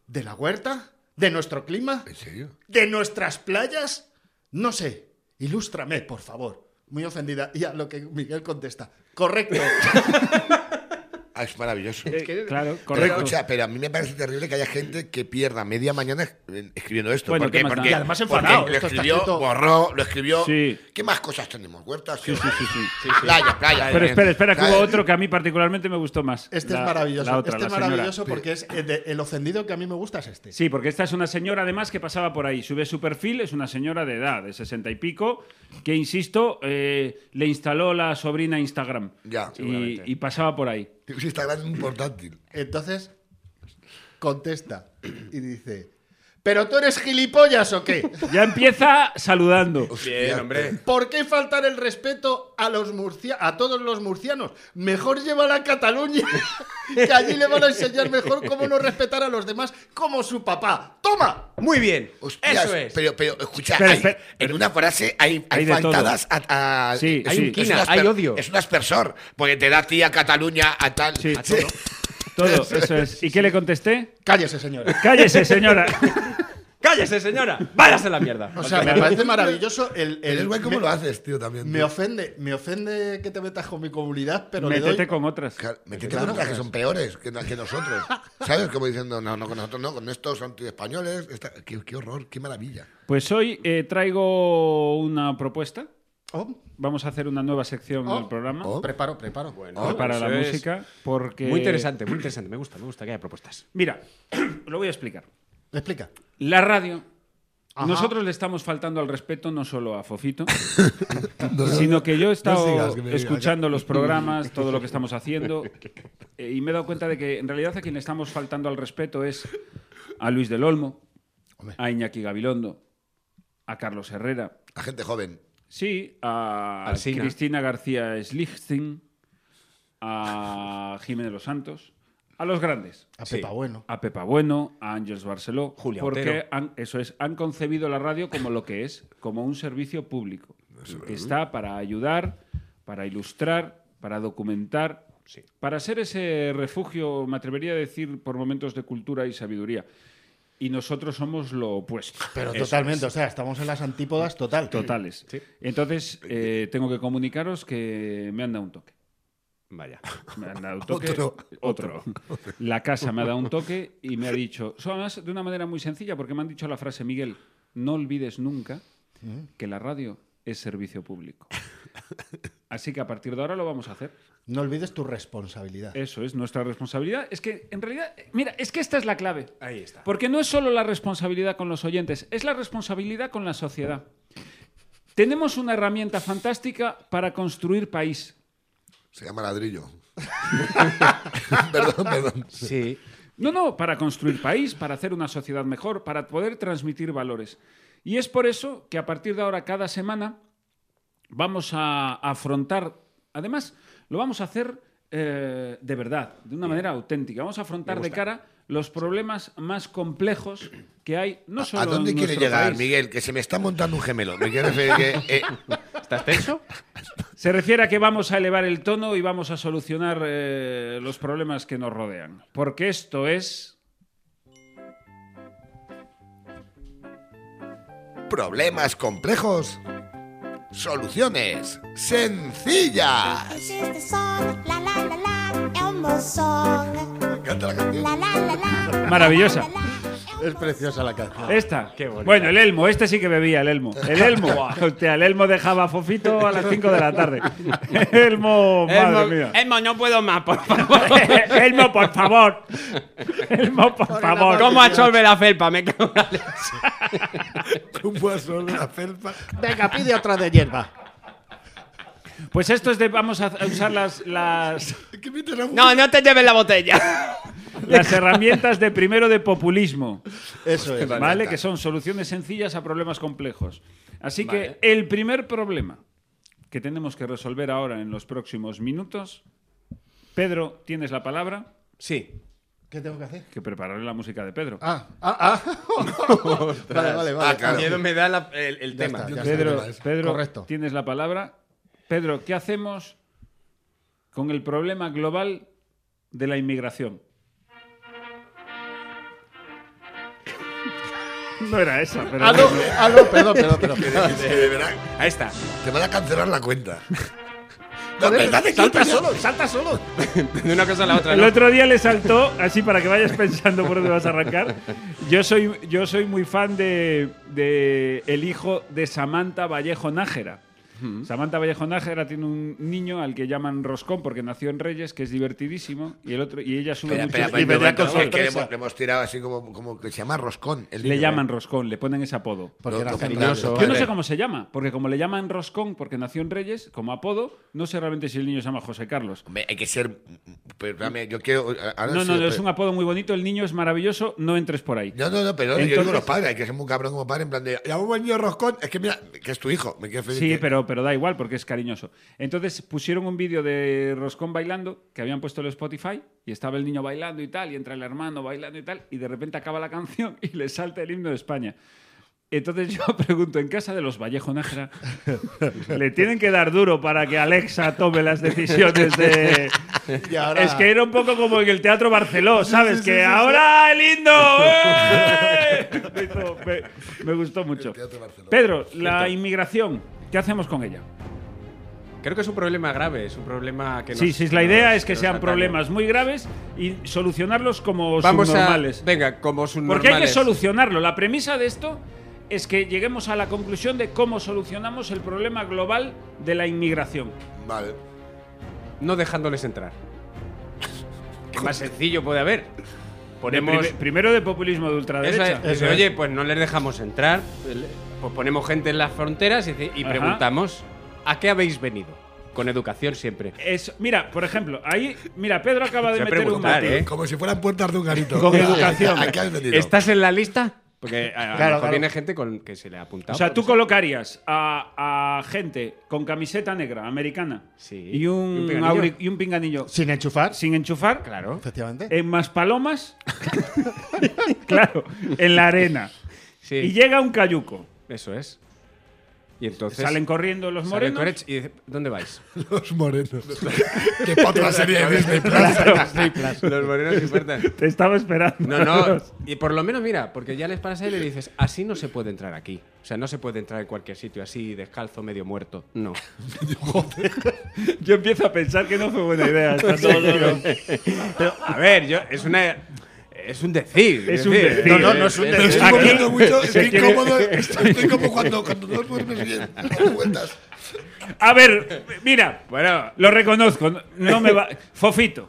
¿De la huerta? ¿De nuestro clima? ¿En serio? ¿De nuestras playas? No sé. Ilústrame, por favor. Muy ofendida. Y a lo que Miguel contesta. Correcto. Ah, es maravilloso. Eh, claro, Pero, correcto. escucha, pero a mí me parece terrible que haya gente que pierda media mañana eh, escribiendo esto. Bueno, porque, ¿qué más da? porque, Y además porque enfadado, Lo esto está escribió, escrito- borró, lo escribió. Sí. ¿Qué más cosas tenemos? Huertas, Sí, sí, sí, sí. playa, playa. Pero espera, espera, que hubo Playa. otro que a mí particularmente me gustó más. Este La- es maravilloso. la otra, este es la señora. maravilloso porque es eh, de- el ofendido que a mí me gusta es este. Sí, porque esta es una señora además que pasaba por ahí. Sube su perfil, es una señora de edad, de sesenta y pico, que, insisto, eh, le instaló la sobrina Instagram. Ya, y, y pasaba por ahí. Un Instagram es un portátil. Entonces contesta y dice, ¿pero tú eres gilipollas o qué? Ya empieza saludando. Bien, hombre. ¿Por qué faltar el respeto a los murcia a todos los murcianos? Mejor llevar a Cataluña, que allí le van a enseñar mejor cómo no respetar a los demás como su papá. ¡Toma! Muy bien. Hostias, Eso es. Pero, pero, escucha, Espera, hay- espera, en pero- una frase hay, hay, Hay de faltadas a, a- Sí, es sí. un- es un Quina, hay asper- odio. Es un aspersor, porque te da a ti a Cataluña, a tal. Sí. a todo. Todo, eso es. ¿Y qué le contesté? Cállese, señora. Cállese, señora. ¡Cállese, señora! ¡Váyase a la mierda! O sea, me parece maravilloso el... el- Eres guay como me, lo haces, tío, también. me tío. ofende, me ofende que te metas con mi comunidad, pero le doy... Métete con otras. Claro, Métete con otras que son peores que, que nosotros. ¿Sabes? Como diciendo, no, no, con nosotros no, con estos antiespañoles. esta- Qué, qué horror, qué maravilla. Pues hoy eh, traigo una propuesta. Oh, Vamos a hacer una nueva sección Oh. del programa Oh. preparo, preparo. Bueno. para la Eso es música. Porque... Muy interesante, muy interesante. Me gusta, me gusta que haya propuestas. Mira, lo voy a explicar. Explica. La radio. Nosotros le estamos faltando al respeto no solo a Fofito, sino que yo he estado no sigas, que me diga, escuchando los programas, todo lo que estamos haciendo, eh, y me he dado cuenta de que en realidad a quien le estamos faltando al respeto es a Luis del Olmo, a Iñaki Gabilondo, a Carlos Herrera, La gente joven. sí, a Alsina. Cristina García Schlichting, a Jiménez Los Santos, a los grandes A Sí. Pepa Bueno. a Pepa Bueno, a Ángels Barceló, Julia porque Otero. han, eso es, han concebido la radio como lo que es, como un servicio público, que está para ayudar, para ilustrar, para documentar, para ser ese refugio, me atrevería a decir, por momentos de cultura y sabiduría. y nosotros somos lo opuesto. Pero Eso totalmente, es. o sea, estamos en las antípodas total. Totales. Entonces, eh, tengo que comunicaros que me han dado un toque. Vaya. Me han dado un toque. Otro. Otro. La casa me ha dado un toque y me ha dicho, so, además de una manera muy sencilla, porque me han dicho la frase, Miguel, no olvides nunca que la radio es servicio público. Así que a partir de ahora lo vamos a hacer. No olvides tu responsabilidad. Eso es nuestra responsabilidad. Es que, en realidad, eh, mira, es que esta es la clave. Ahí está. Porque no es solo la responsabilidad con los oyentes, es la responsabilidad con la sociedad. Tenemos una herramienta fantástica para construir país. Se llama ladrillo. perdón, perdón. Sí. No, no, para construir país, para hacer una sociedad mejor, para poder transmitir valores. Y es por eso que a partir de ahora, cada semana, vamos a afrontar, además, lo vamos a hacer eh, de verdad, de una manera auténtica. Vamos a afrontar de cara los problemas más complejos que hay, no solo ¿A dónde en quiere nuestro llegar, país. Miguel? Que se me está montando un gemelo. Me quiere decir que. eh, ¿Estás tenso? Se refiere a que vamos a elevar el tono y vamos a solucionar eh, los problemas que nos rodean. Porque esto es... problemas complejos. Soluciones sencillas. This is the song, la la la la, Elmo song. Canta la canción. La la la la. Maravillosa. la, la, la, Es preciosa la Eh, canción. Esta. Qué bonita. bueno, el Elmo, este sí que bebía, el Elmo. El Elmo. Hostia, el Elmo dejaba a Fofito a las 5 de la tarde. Oh, Elmo, madre mía. Elmo, no puedo más, por favor. Elmo, por favor. Elmo, por favor. ¿Cómo absorbe la felpa? Me cago en la leche. ¿Cómo absorbe la felpa? Venga, pide otra de hierba. Pues esto es de. Vamos a usar las, las, ¿Qué me trajo? No, no te lleves la botella. las herramientas de primero de populismo. Eso es. ¿Vale? Que son soluciones sencillas a problemas complejos. Así que el primer problema que tenemos que resolver ahora en los próximos minutos. Pedro, tienes la palabra. Sí. ¿Qué tengo que hacer? Que prepararé la música de Pedro. Ah, ah, ah. vale, vale, vale. Ah, claro. Miedo me da la- el, el Ya tema. está, ya está, Pedro, ya está. Pedro, Correcto. tienes la palabra. Pedro, ¿qué hacemos con el problema global de la inmigración? No era esa, pero Ah, no, ah, no, perdón, perdón, perdón. De- de verdad, Ahí está. Te van a cancelar la cuenta. No, ¿verdad? Salta solo, salta solo. De una cosa a la otra, El ¿no? otro día le saltó, así para que vayas pensando por dónde vas a arrancar. Yo soy, yo soy muy fan de, de el hijo de Samantha Vallejo Nájera. Samantha Vallejo Nájera tiene un niño al que llaman Roscón porque nació en Reyes, que es divertidísimo, y el otro y ella sube Espera, mucho. espera, y espera, me da espera, con que- sorpresa. que le hemos, le hemos tirado así como, como que se llama roscón. el Le niño, llaman ¿eh? Roscón, le ponen ese apodo. Porque Lo- era lo cariñoso. cariñoso. Yo no Vale. sé cómo se llama, porque como le llaman Roscón porque nació en Reyes, como apodo, no sé realmente si el niño se llama José Carlos. Hombre, hay que ser. Perdóname, yo quiero. ahora No, sí, no, pero- es un apodo muy bonito, el niño es maravilloso, no entres por ahí. No, no, no, pero yo Entonces- digo los padres, hay que ser muy cabrón como padre, en plan de. Ya un niño roscón, es que mira, que es tu hijo, me quieres Sí, pero, pero da igual porque es cariñoso. Entonces pusieron un vídeo de Roscón bailando que habían puesto en el Spotify y estaba el niño bailando y tal, y entra el hermano bailando y tal, y de repente acaba la canción y le salta el himno de España. Entonces yo pregunto, en casa de los Vallejo Nájera, ¿le tienen que dar duro para que Alexa tome las decisiones de...? Y ahora- Es que era un poco como en el Teatro Barceló, ¿sabes? que ahora el himno... ¡eh! Me hizo- me- me gustó mucho. Pedro, la inmigración, ¿qué hacemos con ella? Creo que es un problema grave, es un problema que Sí, nos- sí, la idea nos- es que nos sean atañe. problemas muy graves y solucionarlos como Vamos subnormales. a. Venga, como subnormales. Porque hay que solucionarlo. La premisa de esto es que lleguemos a la conclusión de cómo solucionamos el problema global de la inmigración. Vale. No dejándoles entrar. ¿Qué más sencillo puede haber? De Ponemos. prime- primero de populismo de Eso ultraderecha. es, dice, Oye, pues no les dejamos entrar. Pues ponemos gente en las fronteras y, dice- y Ajá. preguntamos: ¿a qué habéis venido? Con educación siempre. Es- mira, por ejemplo, ahí, mira, Pedro acaba de Se va a meter un preguntar, matiz. ¿eh? Como si fueran puertas de un garito. Con educación. Aquí has venido. ¿Estás en la lista? Porque a, a lo Claro, mejor claro. viene gente con que se le ha apuntado. O sea, tú porque se- colocarías a, a gente con camiseta negra, americana, Sí. y, un ¿Y un pinganillo? auric- y un pinganillo Sin enchufar, sin enchufar, Claro. efectivamente. en más palomas, claro, en la arena. Sí. Y llega un cayuco. Eso es. Y entonces. Pues Salen corriendo los salen morenos. correch- y dice, ¿dónde vais? Los morenos. que otra serie de Disney Plus. Claro, Disney Plus. Los morenos y puertas. Te estaba esperando. No, no. Y por lo menos, mira, porque ya les paras ahí y le dices, así no se puede entrar aquí. O sea, no se puede entrar en cualquier sitio así, descalzo, medio muerto. No. Yo empiezo a pensar que no fue buena idea. estar todo solo. A ver, yo, es una. Es un decir. Es un decir. No, no, no es un Pero estoy Aquí moviendo mucho, se estoy quiere- incómodo. Estoy como cuando, cuando no duermes bien, dando vueltas. A ver, mira, Bueno, lo reconozco. no- No me va. Fofito.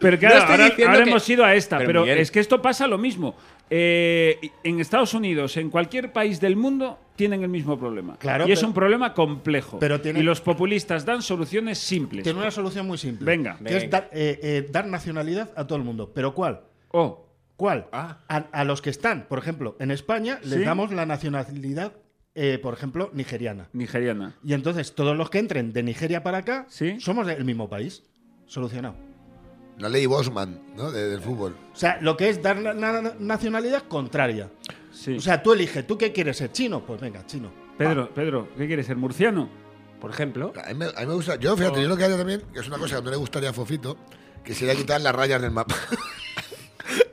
Pero claro, No estoy ahora, diciendo ahora que- hemos ido a esta, Pero, pero, Miguel- es que esto pasa lo mismo. Eh, en Estados Unidos, en cualquier país del mundo, tienen el mismo problema. Claro, y es pero- un problema complejo. pero tiene- y los populistas dan soluciones simples. Tiene una solución muy simple. Venga. Que es dar, eh, eh, dar nacionalidad a todo el mundo. ¿Pero cuál? Oh, ¿Cuál? Ah. A, a los que están, por ejemplo, en España Sí. les damos la nacionalidad, eh, por ejemplo, nigeriana. nigeriana. Y entonces todos los que entren de Nigeria para acá Sí. somos del mismo país. Solucionado. La ley Bosman, ¿no? De- del fútbol. O sea, lo que es dar la, la nacionalidad contraria. Sí. O sea, ah. tú eliges, ¿tú qué quieres ser? ¿Chino? Pues venga, chino. Pedro, Pedro, ¿qué quieres ser murciano? por ejemplo. A mí, me- a mí me gusta. Yo, fíjate, yo lo que haría también, que es una cosa que no le gustaría a Fofito, que sería quitar las rayas del mapa.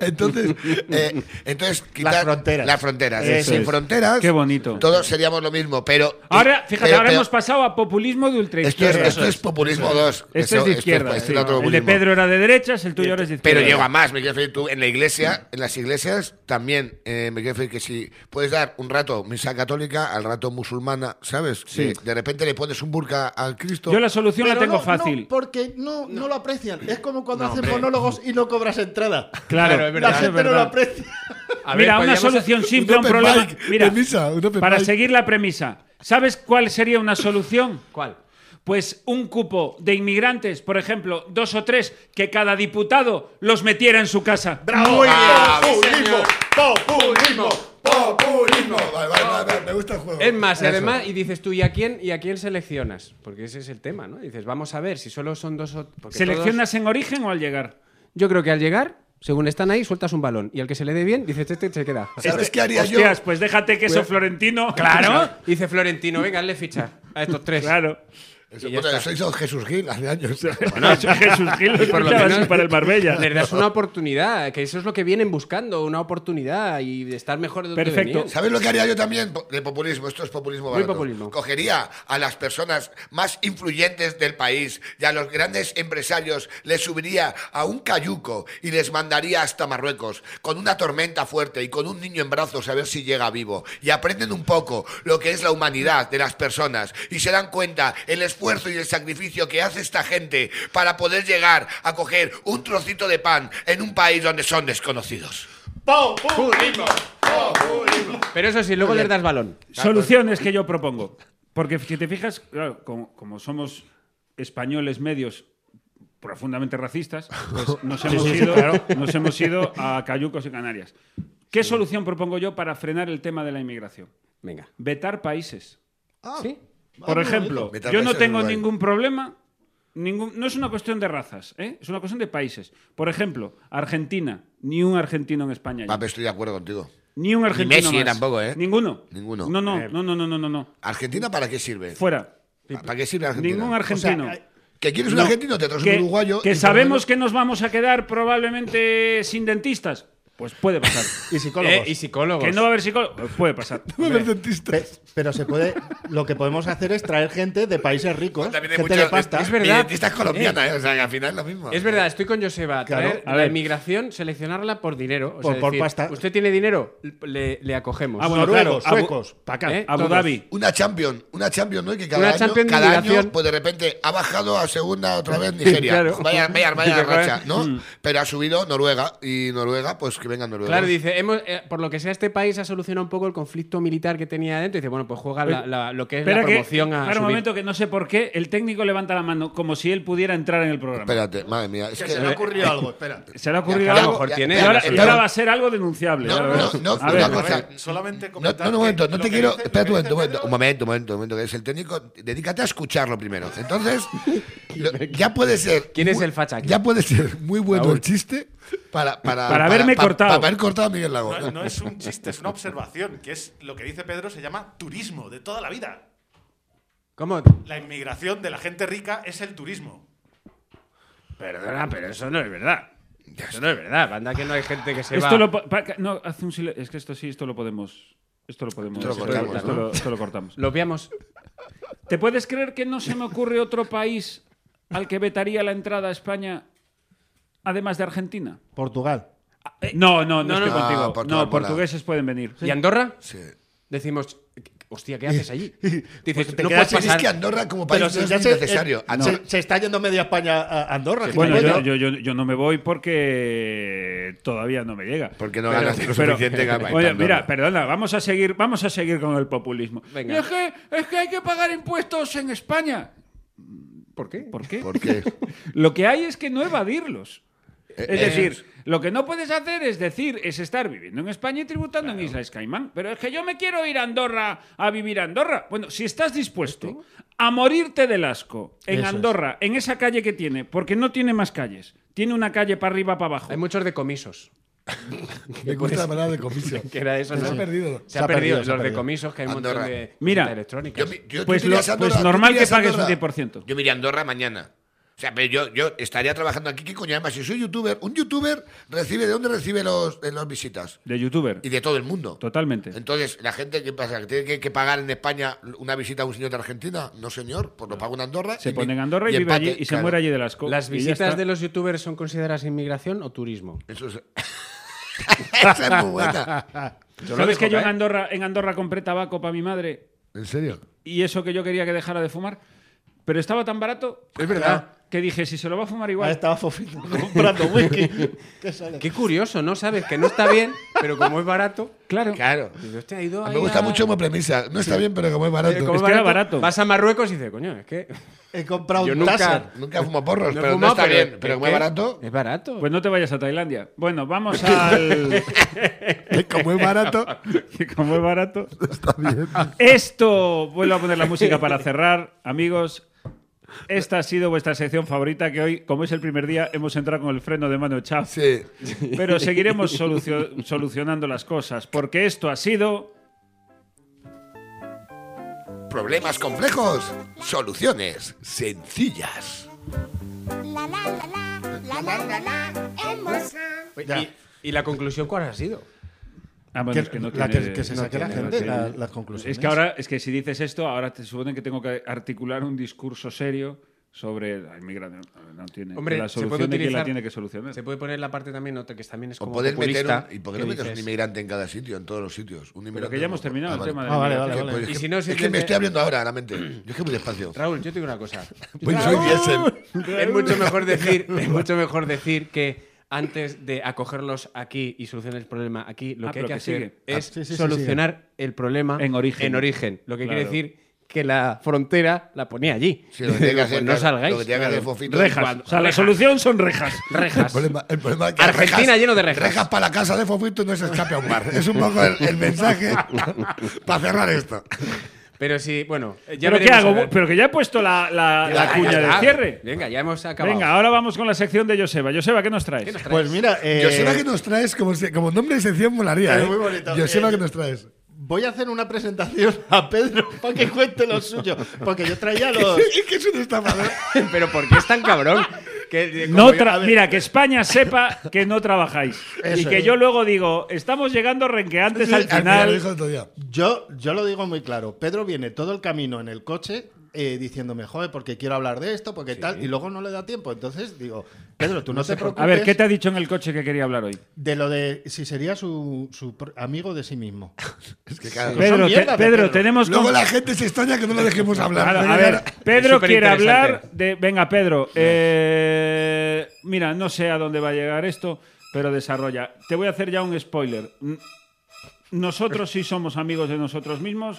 entonces, eh, entonces quitar fronteras. Las fronteras. eh, Eso Sin es. fronteras, Qué bonito. todos seríamos lo mismo, pero. Ahora, fíjate, pero- ahora pero hemos pasado a populismo de Esto es, ultraizquierda. esto es populismo 2. Este es de izquierda. sí. el de Pedro era de derechas, el tuyo ahora es de izquierda. Pero llego a más, me quiero decir, tú en la iglesia, en las iglesias también, eh, me quiero decir que si puedes dar un rato misa católica, al rato musulmana, ¿sabes? Sí. de repente le pones un burka al Cristo. Yo la solución la Pero tengo no, fácil. no, porque no, no. lo aprecian. Es como cuando hacen monólogos y no cobras entrada. Claro, Claro, es verdad, la gente es no lo aprecia. A ver, Mira, una podríamos- solución simple a un open problema. mic de Mira, misa, un open para mic. seguir la premisa, ¿sabes cuál sería una solución? ¿Cuál? Pues un cupo de inmigrantes, por ejemplo, dos o tres, que cada diputado los metiera en su casa. ¡Bravo! ¡Populismo! ¡Populismo! ¡Populismo! Vale, vale, vale, vale, me gusta el juego. Es más, y además, y dices tú, ¿y a quién y a quién seleccionas? Porque ese es el tema, ¿no? Dices, vamos a ver si solo son dos o. porque ¿Seleccionas en origen o al llegar? todos- yo creo que al llegar, según están ahí, sueltas un balón. Y al que se le dé bien, dices, este se queda. ¿Sabes qué haría yo? Hostias, pues déjate que eso florentino. Claro. Dice Florentino, venga, hazle ficha a estos tres. Claro. Eso, Y ya bueno, está. sois los Jesús Gil hace años. Jesús Gil lo Y por lo escuchaba menos- así para el Marbella. Les das una oportunidad, que eso es lo que vienen buscando, una oportunidad y de estar mejor de donde Perfecto. venían. ¿Sabes lo que haría yo también? Po- De populismo, esto es populismo Muy barato. populismo. Cogería a las personas más influyentes del país y a los grandes empresarios les subiría a un cayuco y les mandaría hasta Marruecos con una tormenta fuerte y con un niño en brazos a ver si llega vivo. Y aprenden un poco lo que es la humanidad de las personas y se dan cuenta el esfuerzo y el sacrificio que hace esta gente para poder llegar a coger un trocito de pan en un país donde son desconocidos. Pero eso sí, luego les das balón. pues, Soluciones que yo propongo. Porque si te fijas, claro, como, como somos españoles medios profundamente racistas, pues nos hemos ido, nos hemos ido a Cayucos y Canarias. ¿Qué solución propongo yo para frenar el tema de la inmigración? Venga. Vetar países. Ah, ¿Sí? Por ejemplo, Vetar yo no países es tengo guay. ningún problema. ningún- no es una cuestión de razas, ¿eh? es una cuestión de países. Por ejemplo, Argentina, ni un argentino en España. ya. Pape, estoy de acuerdo contigo. Ni un argentino. Messi más. tampoco, ¿eh? Ninguno. Ninguno. Eh. No, no, no, no, no, no, no. no. ¿Argentina para qué sirve? Fuera. ¿Para qué sirve Argentina? Ningún O sea, argentino. que quieres un No, argentino, te traes que, un uruguayo. que y por sabemos que nos vamos a quedar probablemente sin dentistas. Pues puede pasar. y psicólogos. Eh, y psicólogos. que no va a haber psicólogos. Pues puede pasar. Pe- Pero se puede. Lo que podemos hacer es traer gente de países ricos, lo menos- También gente hay de muchos. pasta. es verdad. Mi dentista es colombiana, eh, o sea, que al final es lo mismo. Es verdad, estoy con Joseba. Traer a la ver. inmigración, seleccionarla por dinero. O Por- sea, por decir, pasta. Usted tiene dinero, le, le acogemos. Ah, bueno, Noruegos, claro, Abu- suecos, para acá. ¿Eh? Abu Todos. Dhabi. Una champion, una champion, ¿no? Y que cada, Una año, Champions de cada año, inmigración. pues de repente ha bajado a segunda otra vez Nigeria. Claro. Vaya, vaya, vaya Dice, racha, joder. ¿no? Pero ha subido Noruega y Noruega, pues que venga Noruega. Claro, dice, hemos, eh, por lo que sea, este país ha solucionado un poco el conflicto militar que tenía dentro. Dice, bueno, pues juega la- la- lo que es la Espera que- promoción a. espera un subir. momento que no sé por qué el técnico levanta la mano como si él pudiera entrar en el programa. Espérate, madre mía. Es que, Se me ha ocurrido algo, espera. Se le ha ocurrido Ya, ya, algo. ya, tiene- y ahora, ya, y ya. ahora va a ser algo denunciable. No, ya lo no, verás. no, a una ver, cosa. solamente No, comentar no, un momento, que no lo te que quiero. dice- Espérate un lo que momento, un dice momento, un momento, un momento, un momento, que es el técnico. Dedícate a escucharlo primero. Entonces, lo- ya puede ser. ¿Quién es muy- el facha aquí? Ya puede ser muy bueno Raúl. el chiste, Para, para, Para haberme pa- cortado. Para haber cortado a Miguel Lago. No, no es un chiste, es una observación, que es lo que dice Pedro, se llama turismo de toda la vida. ¿Cómo? La inmigración de la gente rica es el turismo. Perdona, pero eso no es verdad. Eso no es verdad, banda, que no hay gente que se esto va. lo po- pa- no, haz un silencio. Es que esto sí, esto lo podemos. Esto lo podemos. Esto lo cortamos, esto ¿no? lo- esto lo cortamos. Lo veamos. ¿Te puedes creer que no se me ocurre otro país al que vetaría la entrada a España, además de Argentina? Portugal. No, no, no, no, estoy no. contigo. Ah, Portugal no, mola. portugueses pueden venir. ¿Y Andorra? Sí. Decimos, hostia, ¿qué haces allí? Dices, Pues no quedas- puedes pasar. es que Andorra como Pero país si no es ya ni se- necesario. eh, Ah, Andorra- Pues Se, se está yendo media España a Andorra. Bueno, gilipollas. yo, yo, yo, yo no me voy porque todavía no me llega. Porque no ganas lo suficiente que para ir Oye, tan mira, duro. perdona, vamos a seguir, vamos a seguir con el populismo. Venga. Y Es, que, es que hay que pagar impuestos en España. ¿Por qué? ¿Por qué? ¿Por qué? lo que hay es que no evadirlos. Es eh, decir, lo que no puedes hacer es decir, es estar viviendo en España y tributando en Islas Caimán. Pero es que yo me quiero ir a Andorra a vivir a Andorra. Bueno, si estás dispuesto a morirte del asco en Eso es. Andorra, en esa calle que tiene, porque no tiene más calles, tiene una calle para arriba, para abajo. Hay muchos decomisos. eh, Me gusta la palabra de comiso. Pues Que era eso, Se ¿no? ha perdido. Se ha perdido los decomisos que hay un Andorra. montón de Mira, de electrónicas. Yo- tú pues, irías a lo- Andorra, pues tú normal que irías a pagues un Andorra. 10%. Yo me iría a Andorra mañana. O sea, pero yo, yo estaría trabajando aquí. ¿Qué coño? Además, si soy youtuber, un youtuber recibe, ¿de dónde recibe los, eh, las visitas? De youtuber. Y de todo el mundo. Totalmente. Entonces, la gente, ¿qué pasa? ¿Que tiene que, que pagar en España una visita a un señor de Argentina? No, señor, pues lo pago en Andorra. Se y pone mi- en Andorra y, vive empate, allí y se claro. muere allí del asco. ¿Las Y ya visitas está. de los youtubers son consideradas inmigración o turismo? Eso es... Esa es muy buena. ¿Sabes que yo en Andorra, en Andorra compré tabaco para mi madre? ¿En serio? y eso que yo quería que dejara de fumar, pero estaba tan barato Es verdad. que dije, si se lo va a fumar Ah, Ahí igual. estaba Fofito comprando whisky. ¿Qué sale? Qué curioso, ¿no? Sabes que no está bien, pero como es barato. Claro. Claro. dices, hostia, ha ido Me ahí gusta a- mucho como premisa. No está bien, pero como es Pero como barato. Es que era barato. Vas a Marruecos y dices, coño, es que. He comprado Yo un nunca- taser. Nunca fumo porros, no he pero fumado, no está bien. es Pero como que es barato, Es barato. Pues no te vayas a Tailandia. Bueno, vamos al. Como es barato, que como es barato. está bien. Esto, vuelvo a poner la música para cerrar, amigos. Esta ha sido vuestra sección favorita que hoy, como es el primer día, hemos entrado con el freno de mano echado. Sí. Pero seguiremos solucio- solucionando las cosas, porque esto ha sido... problemas complejos, soluciones sencillas. La la la la, la la la la, hermosa. Oye, Ya. ¿Y, y la conclusión cuál ha sido? Ah, bueno, Que- es que no la tiene- que- que se no saque la tiene- no gente tiene- la- las conclusiones. Es que ahora, es que si dices esto, ahora te suponen que tengo que articular un discurso serio sobre la inmigración. No tiene. Hombre, la se puede solución de quién la utilizar- tiene que solucionar. Se puede poner la parte también otra que también es O como poder meter populista, un, ¿Y por qué no que metes un dices, inmigrante en cada sitio, en todos los sitios? Un inmigrante que ya en hemos un- terminado el tema de Ah, vale, la vale, inmigración. vale. Pues es Y que- si no, es que simplemente- me estoy abriendo ahora la mente. Yo es que muy despacio. Raúl, yo te digo una cosa. Pues soy diésel. es mucho mejor decir, es mucho mejor decir que antes de acogerlos aquí y solucionar el problema aquí, lo Ah, que hay pero que que hacer sigue. es sí, sí, sí, solucionar el problema En origen. Lo que Claro. quiere decir que la frontera la ponía allí. Sí, lo que tiene que hacer, Pues no claro, salgáis. Lo que tiene que hacer Fofito es Rejas. cuando- o sea, la solución son rejas. El Rejas. problema, el problema es que Argentina lleno de rejas. Rejas para la casa de Fofito y no se escape a un bar. Es un poco el, el mensaje para cerrar esto. Pero sí, bueno, eh, ya ¿Pero qué veremos a hago? ver. Pero que ya he puesto la, la- la Ya, cuña ya de está. cierre. Venga, ya hemos acabado. Venga, ahora vamos con la sección de Joseba. Joseba, ¿qué nos traes? ¿Qué nos traes? Pues mira, eh, Joseba que nos traes, como, se- como nombre de sección molaría. Es ¿eh? muy bonito. Joseba Eh, que nos traes. Voy a hacer una presentación a Pedro para que cuente lo suyo. Porque yo traía los. Es que es un estafador. Pero ¿por qué es tan cabrón? Que, eh, como No yo- tra- mira, que España sepa que no trabajáis. y Eso que es. yo luego digo, estamos llegando renqueantes Sí, al lo final. dijo otro día. Yo, yo lo digo muy claro. Pedro viene todo el camino en el coche eh, diciéndome, joder, porque quiero hablar de esto, porque tal, y luego no le da tiempo. Entonces digo, Pedro, tú no, te preocupes A ver, ¿qué te ha dicho en el coche que quería hablar hoy? de lo de si sería su, su pr- amigo de sí mismo. Es que claro. Pedro, te- mierdas de Pedro, Pedro. tenemos Luego con- la gente se extraña que no lo dejemos hablar. Claro, Venga, a ver, ahora- Pedro Es quiere hablar superinteresante. de. Venga, Pedro, eh, mira, no sé a dónde va a llegar esto, pero desarrolla. Te voy a hacer ya un spoiler. N- Nosotros sí somos amigos de nosotros mismos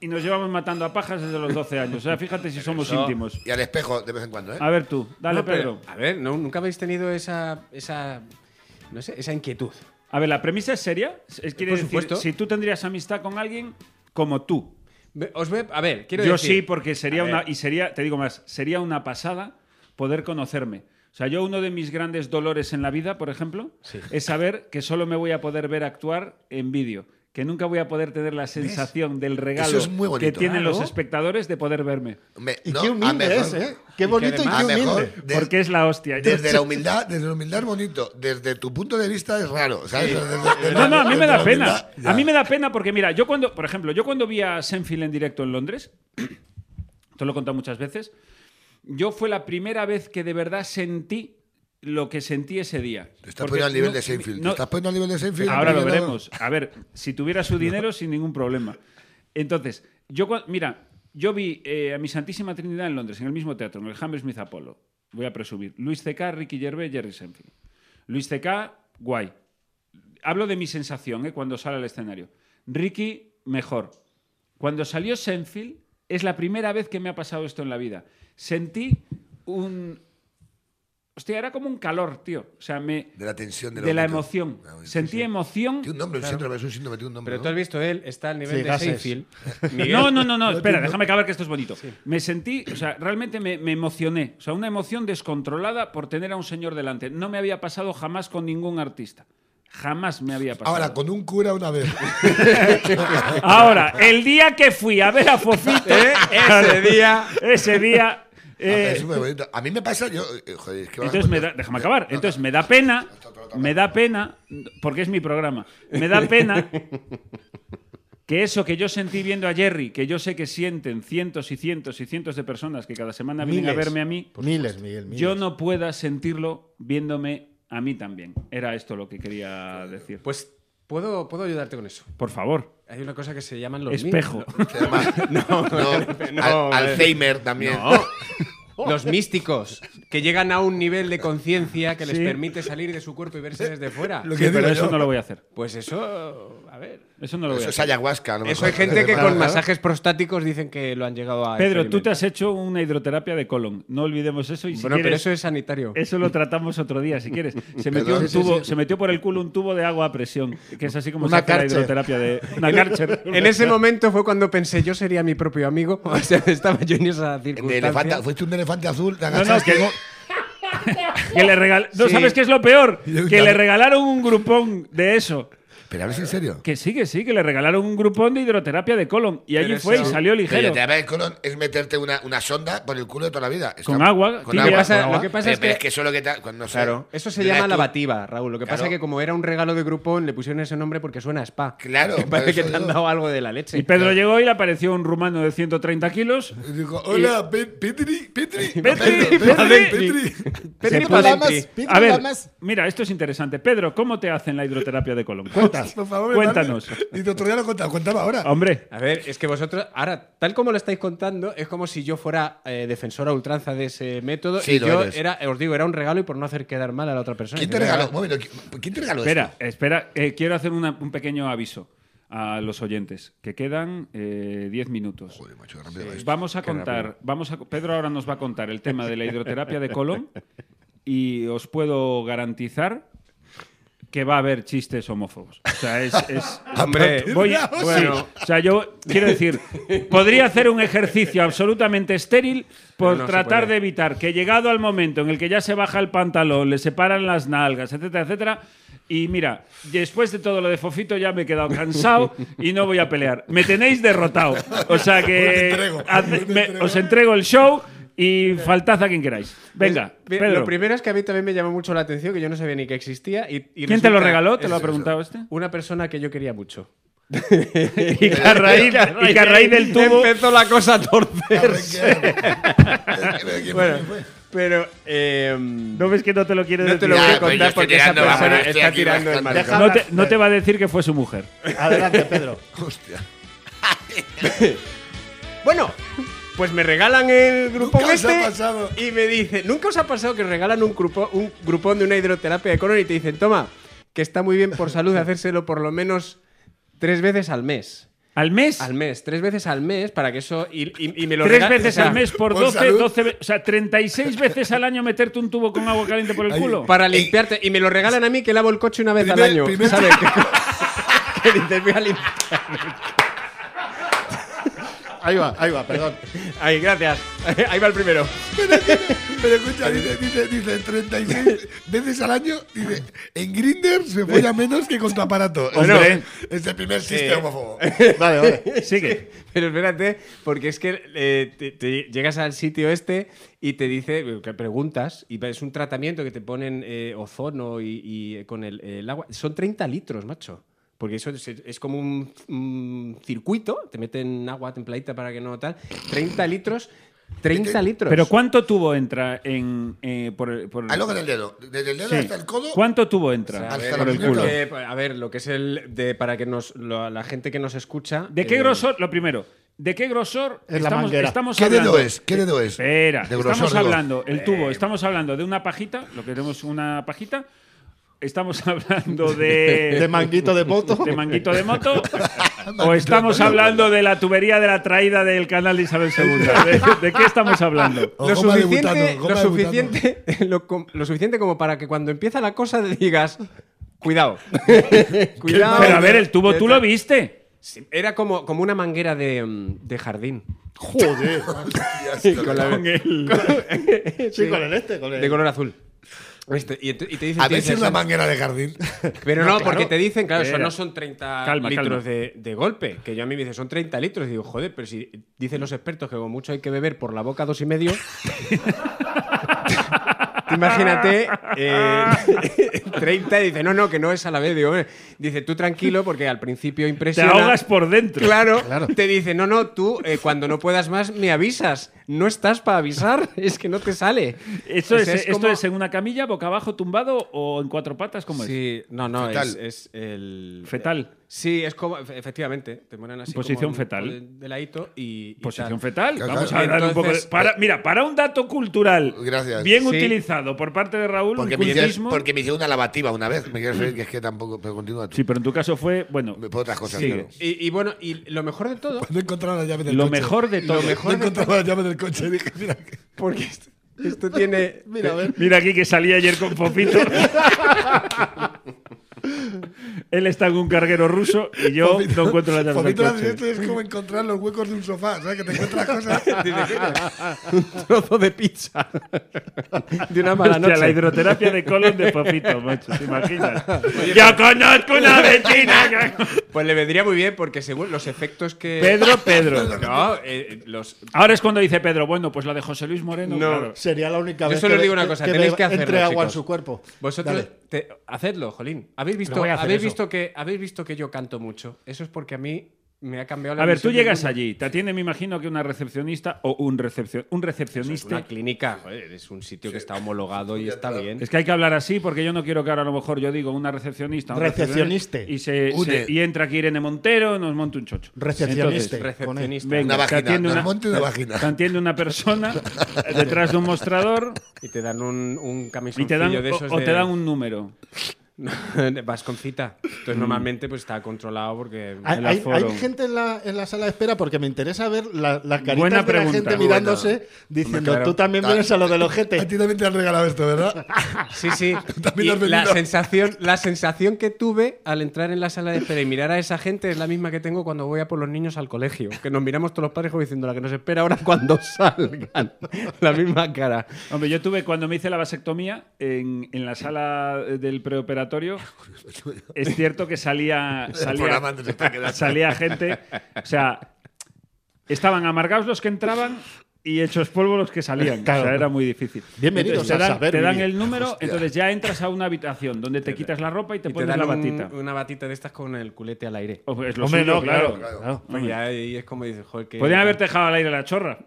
y nos llevamos matando a pajas desde los 12 años. O sea, fíjate si somos íntimos. Y al espejo de vez en cuando, ¿eh? A ver tú, dale, No, pero, Pedro. A ver, ¿Eh? no, nunca habéis tenido esa, esa, no sé, esa inquietud. A ver, la premisa es seria. Es, quiere Eh, Por decir, supuesto. si tú tendrías amistad con alguien como tú. Ve- Os ve, a ver, quiero Yo decir. sí, porque sería A ver. una. Y sería, te digo más, sería una pasada poder conocerme. O O sea, yo uno de mis grandes dolores en la vida, por ejemplo, es saber que solo me voy a poder ver actuar en vídeo. Que nunca voy a poder tener la sensación del regalo es muy que bonito. Ah, tienen los Claro. espectadores de poder verme. Me- Y no, qué humilde a mejor- es, ¿eh? Qué Y que bonito y qué además- humilde. A mejor, des- Porque es la hostia. Desde la humildad, desde la humildad es bonito. Desde tu punto de vista es raro, ¿sabes? Sí. Desde- desde No, la- no, a mí me desde da la pena. humildad, A mí me da pena porque, mira, yo cuando, por ejemplo, yo cuando vi a Senfield en directo en Londres, esto lo he contado muchas veces, yo fue la primera vez que de verdad sentí lo que sentí ese día. Te estás poniendo al nivel de Seinfeld, te estás poniendo al nivel de Seinfeld, Ahora lo porque no- veremos. A ver, si tuviera su dinero sin ningún problema. Entonces, yo cua- mira, yo vi eh, a mi Santísima Trinidad en Londres, en el mismo teatro, en el Hammersmith Apollo. Voy a presumir. Luis C.K., Ricky Gervais, Jerry Seinfeld. Luis C.K., guay. Hablo de mi sensación ¿eh? cuando sale al escenario. Ricky, mejor. Cuando salió Senfield, es la primera vez que me ha pasado esto en la vida. Sentí un... Hostia, era como un calor, tío. O sea, me... De la tensión, de, De, lo la bonito. emoción. Ah, bueno, Sentí sí. emoción. Tiene un nombre, Claro. un síndrome, es un síndrome, tiene un nombre. Pero tú has visto, él está al nivel Sí, de gases. Seinfeld. No, no, no, no, espera, déjame déjame acabar que esto es bonito. Me sentí, o sea, realmente me, me emocioné. O sea, una emoción descontrolada por tener a un señor delante. No me había pasado jamás con ningún artista. Jamás me había pasado. Ahora, con un cura una vez. Ahora, el día que fui a ver a Fofito, ese día- ese día. eh, Es súper bonito. A mí me pasa, yo. eh, Joder, es que vas a entonces me da, contar. déjame acabar. Entonces me da pena, me da pena, porque es mi programa. Me da pena que eso que yo sentí viendo a Jerry, que yo sé que sienten cientos y cientos y cientos de personas que cada semana vienen a Miles. verme a mí, Miles, Miguel. Miles. yo no pueda sentirlo viéndome a mí también. Era esto lo que quería decir. Pues puedo, puedo ayudarte con eso. Por favor. Hay una cosa que se llaman los Espejo. mí- Se llama- no, al- Alzheimer también. No. Los místicos que llegan a un nivel de conciencia que les Sí. permite salir de su cuerpo y verse desde fuera. Lo Sí, que pero digo eso yo. no lo voy a hacer. Pues eso, a ver. Eso no lo voy Eso a es hacer. ayahuasca. a lo Eso mejor. hay gente que Claro, con ¿no? masajes prostáticos dicen que lo han llegado a. Pedro, tú te experimentar. has hecho una hidroterapia de colon. No olvidemos eso. Y si Bueno, pero quieres- eso es sanitario. Eso lo tratamos otro día, si quieres. Se metió, Perdón, un sí, tubo, sí. se metió por el culo un tubo de agua a presión, que es así como Una se hace la Karcher. hidroterapia de una Karcher. En ese momento fue cuando pensé, yo sería mi propio amigo. O sea, estaba yo en esa De elefante, circunstancia. fuiste un elefante azul, te No, no, agachaste. que, que le regal- No Sí. sabes qué es lo peor, Yo que le también. regalaron un grupón de eso. Pero hablas en serio. Que sí, que sí, que le regalaron un grupón de hidroterapia de colon y allí Pero fue y eso- salió Pero ligero. te el colon es meterte una, una sonda por el culo de toda la vida. Está- Con agua, Con tibia. Lo agua. que pasa- con agua. lo que pasa Eh, es pero que- es que eso es lo que te- cuando se- Claro. Eso se de una llama la escu- bativa, Raúl. Lo que pasa Claro. es que como era un regalo de grupón, le pusieron ese nombre porque suena a spa. Claro, Que parece por que eso te han digo. dado algo de la leche. Y Pedro llegó y le apareció un rumano de 130 kilos. Y digo, hola, Pe- Petri, Petri. Petri, Pedro, Petri. Pedro Se Valenti. puede- Pedro A ver, Lamas. mira, esto es interesante. Pedro, ¿cómo te hacen la hidroterapia de colon? Por favor, me Cuéntanos. vale. Y otro día lo contaba, contaba ahora. Hombre, A ver, es que vosotros, ahora, tal como lo estáis contando, es como si yo fuera eh, defensor a ultranza de ese método. Sí, y lo yo eres. era, os digo, era un regalo y por no hacer quedar mal a la otra persona. ¿Quién que te me regaló? regala- Un momento, ¿qui- ¿quién te regaló espera, espera. eh, quiero hacer una- un pequeño aviso a los oyentes, que quedan eh, 10 minutos. esto? Joder, macho, qué rápido va esto. Vamos a contar, vamos a, Pedro ahora nos va a contar el tema de la hidroterapia de colon y os puedo garantizar que va a haber chistes homófobos. O sea, es... es- Hombre, voy- Dios, bueno, sí. o sea, yo quiero decir, podría hacer un ejercicio absolutamente estéril por Pero no se tratar puede. de evitar que llegado al momento en el que ya se baja el pantalón, le separan las nalgas, etcétera, etcétera, y mira, después de todo lo de Fofito ya me he quedado cansado y no voy a pelear. Me tenéis derrotado. O sea que entrego, haz- os me- entrego. os entrego el show y faltad a quien queráis. Venga, Bien, Pedro. Lo primero es que a mí también me llamó mucho la atención, que yo no sabía ni que existía. Y, y ¿Quién te lo resulta- regaló? ¿Te es lo ha preguntado este? Una persona que yo quería mucho. Y que a raíz, y que a raíz del tubo... Empezó la cosa a torcerse. ¿Quién Bueno, fue? pero. eh, ¿No ves que no te lo quiere no te decir? lo voy Ya, a pero yo contar estoy porque esa tirando, vamos, persona yo estoy está aquí tirando el bastante. maricón. No te, no te va a decir que fue su mujer. Adelante, Pedro. Hostia. Bueno, pues me regalan el grupón Nunca os este ha pasado. y me dice, ¿nunca os ha pasado que os regalan un, grupo, un grupón de una hidroterapia de colon y te dicen, toma, que está muy bien por salud hacérselo por lo menos tres veces al mes? ¿Al mes? Al mes, tres veces al mes para que eso... Y, y- y me lo Tres rega- veces o sea, al mes por por 12, salud. 12 ve- o sea, 36 veces al año meterte un tubo con agua caliente por el Ahí. culo. Para limpiarte. Y me lo regalan a mí que lavo el coche una vez al Primer- año. primer- ¿Sabes? que, que dices, voy a limpiar. ahí va, ahí va, perdón. Ahí, gracias. Ahí va el primero. Pero escucha, dice, dice, dice 36 veces al año, dice, en Grinder se folla menos que con tu aparato. Bueno, Hombre, es el primer sí. sistema homófobo. Vale, vale. Sigue. Pero espérate, porque es que eh, te, te llegas al sitio este y te dice, que preguntas, y es un tratamiento que te ponen eh, ozono y, y eh, con el, el agua. Son 30 litros, macho. Porque eso es, es como un, un circuito, te meten agua templadita para que no tal. 30 litros, 30 litros. ¿Pero cuánto tubo entra en, eh, por, el- por el- Hazlo con el dedo. Desde el dedo Sí. hasta el codo. ¿Cuánto tubo entra O sea, Hasta por la el culo? Eh, a ver, lo que es el de para que nos lo- la gente que nos escucha. ¿De qué eh, grosor? Lo primero, ¿de qué grosor Es la estamos, manguera. estamos ¿Qué hablando? dedo es? ¿Qué dedo es? Espera, De grosor, estamos digo. hablando, el tubo, estamos hablando de una pajita, lo que tenemos una pajita, estamos hablando de... De manguito de moto. de manguito de moto o estamos hablando de la tubería de la traída del canal de Isabel II? ¿De, de qué estamos hablando? O lo goma de suficiente, butano, goma lo, de butano. suficiente lo, com- lo suficiente como para que cuando empieza la cosa te digas, cuidado. cuidado. Pero a ver, el tubo tú lo viste. Sí, Era como, como una manguera de, mm, de jardín. Joder. Con la- Con el- Sí, con el este, con el. de color azul. Este, y, ent- y te dicen. A te ver si dicen, es una manguera de jardín. Pero no, porque claro. te dicen, claro, eso Espera. no son 30 Calma, litros calma. De, de golpe. Que yo a mí me dicen, son 30 litros. Y digo, joder, pero si dicen los expertos que con mucho hay que beber por la boca dos y medio. Tú Imagínate eh, 30 y dice, no, no, que no es a la vez. Digo, "Hombre". dice, tú tranquilo porque al principio Te impresiona. ahogas por dentro. Claro, te dice, no, no, tú eh, cuando no puedas más me avisas. No estás para avisar, es que no te sale. Esto, O es, sea, ¿Esto como- es en una camilla, boca abajo, tumbado o en cuatro patas? ¿Cómo es? Sí, no, no, Fetal. es, es el. Fetal. Sí, es como. efe- Efectivamente, te ponen así. Posición como en- fetal. de- De ladito y. y tal. Posición fetal. Claro, Vamos a claro. hablar un poco. de- Entonces- para, mira, para un dato cultural Gracias. bien Sí. utilizado por parte de Raúl, Porque un me, hicieron, cultismo- este. porque me hicieron una lavativa una vez. Me quiero referir que es que tampoco. Pero continúa tú. Sí, pero en tu caso fue, bueno, Por otras cosas, sigue. claro. Y, y bueno, y lo mejor de todo. No encontraba la llave del lo coche. mejor de todo. No encontraba la llave del coche. Dije, mira, que- Porque esto, esto tiene. Mira, a ver. Mira aquí que salí ayer con Popito. Él está en un carguero ruso y yo Fomito- no encuentro la llave del Fomito la coche. directa este es como encontrar los huecos de un sofá, ¿sabes? Que te encuentras cosas. un ah, trozo de pizza. de una mala Hostia, noche. la hidroterapia de colon de Popito, macho, ¿te imaginas? Yo conozco una vecina. que- Pues le vendría muy bien porque según los efectos que. Pedro, Pedro. No, eh, los. Ahora es cuando dice Pedro, bueno, pues la de José Luis Moreno. No. claro. Sería la única Yo vez solo que, digo ve- una cosa, que tenéis ve- que hacerlo, entre agua en chicos. su cuerpo. Vosotros. Dale. te- hacedlo, Jolín. ¿Habéis visto, Pero voy a hacer ¿habéis, eso. visto que, habéis visto que yo canto mucho. Eso es porque a mí me ha cambiado la A ver, tú visión del llegas mundo. allí, te atiende, me imagino que una recepcionista o un, recepcio- Pues un Es una recepcionista. clínica, joder, es un sitio que está homologado y está bien. Es que hay que hablar así porque yo no quiero que ahora a lo mejor yo digo una recepcionista. un Recepcioniste. recepcionista, Y, se- Une. se- y entra aquí Irene Montero, nos monta un chocho. Recepcioniste. Entonces, con él. Recepcionista. Una venga, te vagina, atiende nos una, monta una te- vagina. te atiende una persona detrás de un mostrador Y te dan un, un y camisoncillo te dan, de o, esos o de- te dan un número. vas con cita. Mm. Entonces normalmente pues está controlado porque... El Hay, hay- aforo. hay gente en la, en la sala de espera porque me interesa ver la- las caritas Buena de la pregunta. gente Muy mirándose diciendo, claro. tú también vienes a lo del A ojete. ti también te han regalado esto, ¿verdad? Sí, sí. también Y has venido. la, sensación, la sensación que tuve al entrar en la sala de espera y mirar a esa gente es la misma que tengo cuando voy a por los niños al colegio. Que nos miramos todos los padres como diciendo la que nos espera ahora cuando salgan. La misma cara. Hombre, yo tuve cuando me hice la vasectomía en, en la sala eh, del preoperatorio. es cierto que salía Pues salía, programa nos está quedando. salía gente, o sea, estaban amargados los que entraban y hechos polvo los que salían. Claro. O sea, era muy difícil. Bienvenidos Entonces, te a dan, Saber te dan Vivir. el número, entonces ya entras a una habitación donde te quitas la ropa y te Y te pones dan la un- batita. una batita de estas con el culete al aire. O- es lo Hombre, suyo, no, claro. claro, Y ahí es como dices, joder, que... Podían haber dejado al aire la chorra.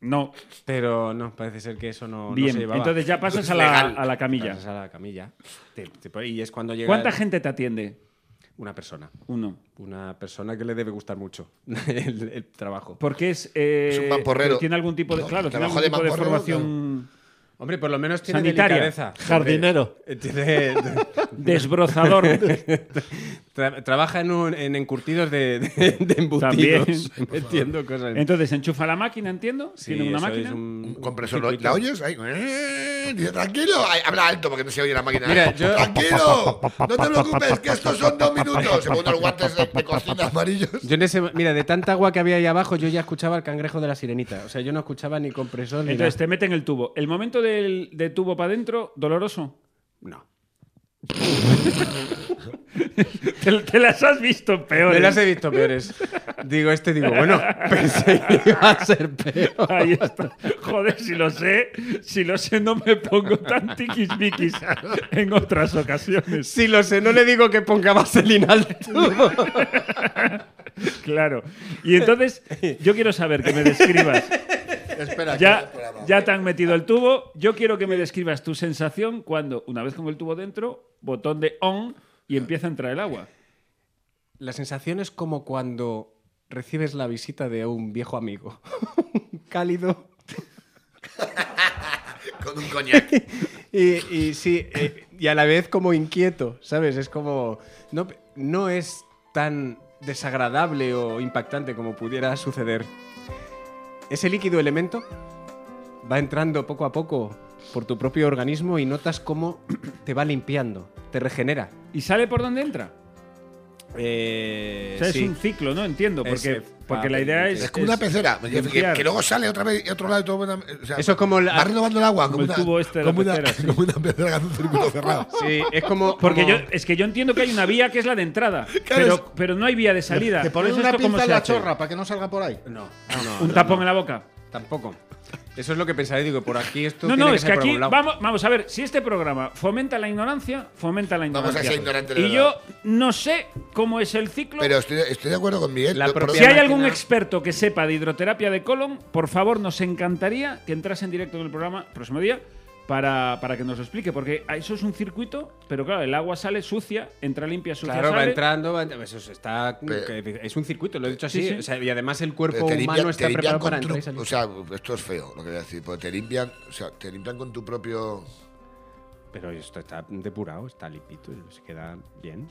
No, Pero no, parece ser que eso no, no bien. se llevaba. Entonces ya pasas a la, Legal. a la camilla. Pasas a la camilla. Te- te- y es cuando llega ¿Cuánta el- gente te atiende? una persona. Uno. Una persona que le debe gustar mucho el, el trabajo. Porque es. eh, Es un mamporrero. Tiene algún tipo de. Claro, tiene Trabajo algún de tipo de mamporrero, formación. Hombre, por lo menos tiene Sanitaria. delicadeza. Jardinero. Porque, eh, tiene- Desbrozador. Tra- trabaja en, un- en encurtidos de, de- de También. embutidos. Entiendo cosas. Entonces, enchufa la máquina, entiendo. Tiene una eso máquina. es un- Un compresor, ¿lo- circuito. ¿la oyes? Ahí. eh, dice, tranquilo. Ay, habla alto porque no se oye la máquina. Mira, yo- Tranquilo. No te preocupes, que estos son dos minutos. Se ponen los guantes de, de cocina amarillos. Yo en ese, mira, de tanta agua que había ahí abajo, yo ya escuchaba el cangrejo de la sirenita. O sea, yo no escuchaba ni compresor ni Entonces nada. te meten el tubo. El momento del de tubo para adentro, doloroso. No. Te, te las has visto peor. ¿eh? Me las he visto peores. Digo este, digo, bueno, pensé que iba a ser peor. Ahí está. Joder, si lo sé, si lo sé, no me pongo tan tiquismiquis en otras ocasiones. Sí, lo sé, no le digo que ponga vaselina al tubo. Claro. Y entonces, yo quiero saber que me describas. Espera, Ya, que- ya te han metido el tubo. Yo quiero que me describas tu sensación cuando, una vez con el tubo dentro, botón de on y empieza a entrar el agua. La sensación es como cuando recibes la visita de un viejo amigo. Cálido. Con un coñac. Y, y sí, eh, y a la vez como inquieto, ¿sabes? Es como. No, no es tan desagradable o impactante como pudiera suceder. Ese líquido elemento va entrando poco a poco por tu propio organismo y notas cómo te va limpiando, te regenera. ¿Y sale por dónde entra? Eh, O sea, sí. es un ciclo, ¿no? Entiendo, porque, Es- porque la idea es... Es como una es- pecera. que- Que, limpiar. que luego sale otra vez y otro lado. y todo, o sea, Eso es como la- va renovando el agua. Como, como el una, tubo este de la como, una, pecera, sí. como una pecera que hace un circuito cerrado. Sí, es como. Porque como- yo, es que yo entiendo que hay una vía que es la de entrada, pero, pero no hay vía de salida. Te pones Entonces, una ¿esto cómo pinza en se la hace? chorra para que no salga por ahí. No, no, no, Un no, tapón no, en la boca. Tampoco. Eso es lo que pensaré, digo, por aquí esto. No, tiene no, es que ser por aquí algún lado. vamos, vamos a ver, si este programa fomenta la ignorancia, fomenta la Vamos a ignorancia. ser ignorantes de y yo verdad. no sé cómo es el ciclo. Pero estoy, estoy de acuerdo con Miguel. La Yo- por- propia- si hay algún máquina- experto que sepa de hidroterapia de colon, por favor, nos encantaría que entrase en directo en el programa próximo día para, para que nos lo explique, porque ah, eso es un circuito, pero claro, el agua sale sucia, entra limpia, sucia, Claro, va sale. entrando, va entrando. Eso se está, Pero- que- es un circuito, lo he dicho así. Sí, sí. o sea, y además el Pero cuerpo te humano limpian- está te limpian preparado para con entrar y tu- salir. O sea, esto es feo lo que voy a decir, porque te limpian, o sea, te limpian con tu propio. Pero esto está depurado, está limpito, se queda bien.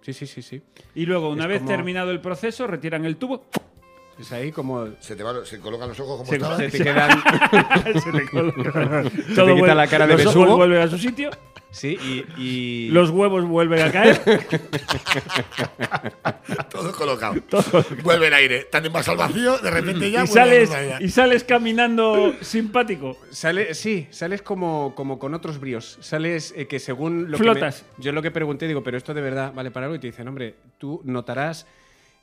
Sí, sí, sí, sí. Y luego, una Es vez como- terminado el proceso, retiran el tubo, Es ahí como. Se te va- se colocan los ojos como Se- estaban. Se te quedan. se le coloca- te quita vuelve- la cara de los ojos besugo. vuelven a su sitio, sí, y. y- los huevos vuelven a caer. Todo colocado. Vuelve el aire. Tan en al vacío, de repente ya. y, vuelve sales, la normalidad. y sales caminando simpático. Sale, sí, sales como, como con otros bríos. Sales eh, que según lo Flotas. que. me- yo lo que pregunté, digo, pero esto de verdad vale para algo. Y te dicen, hombre, tú notarás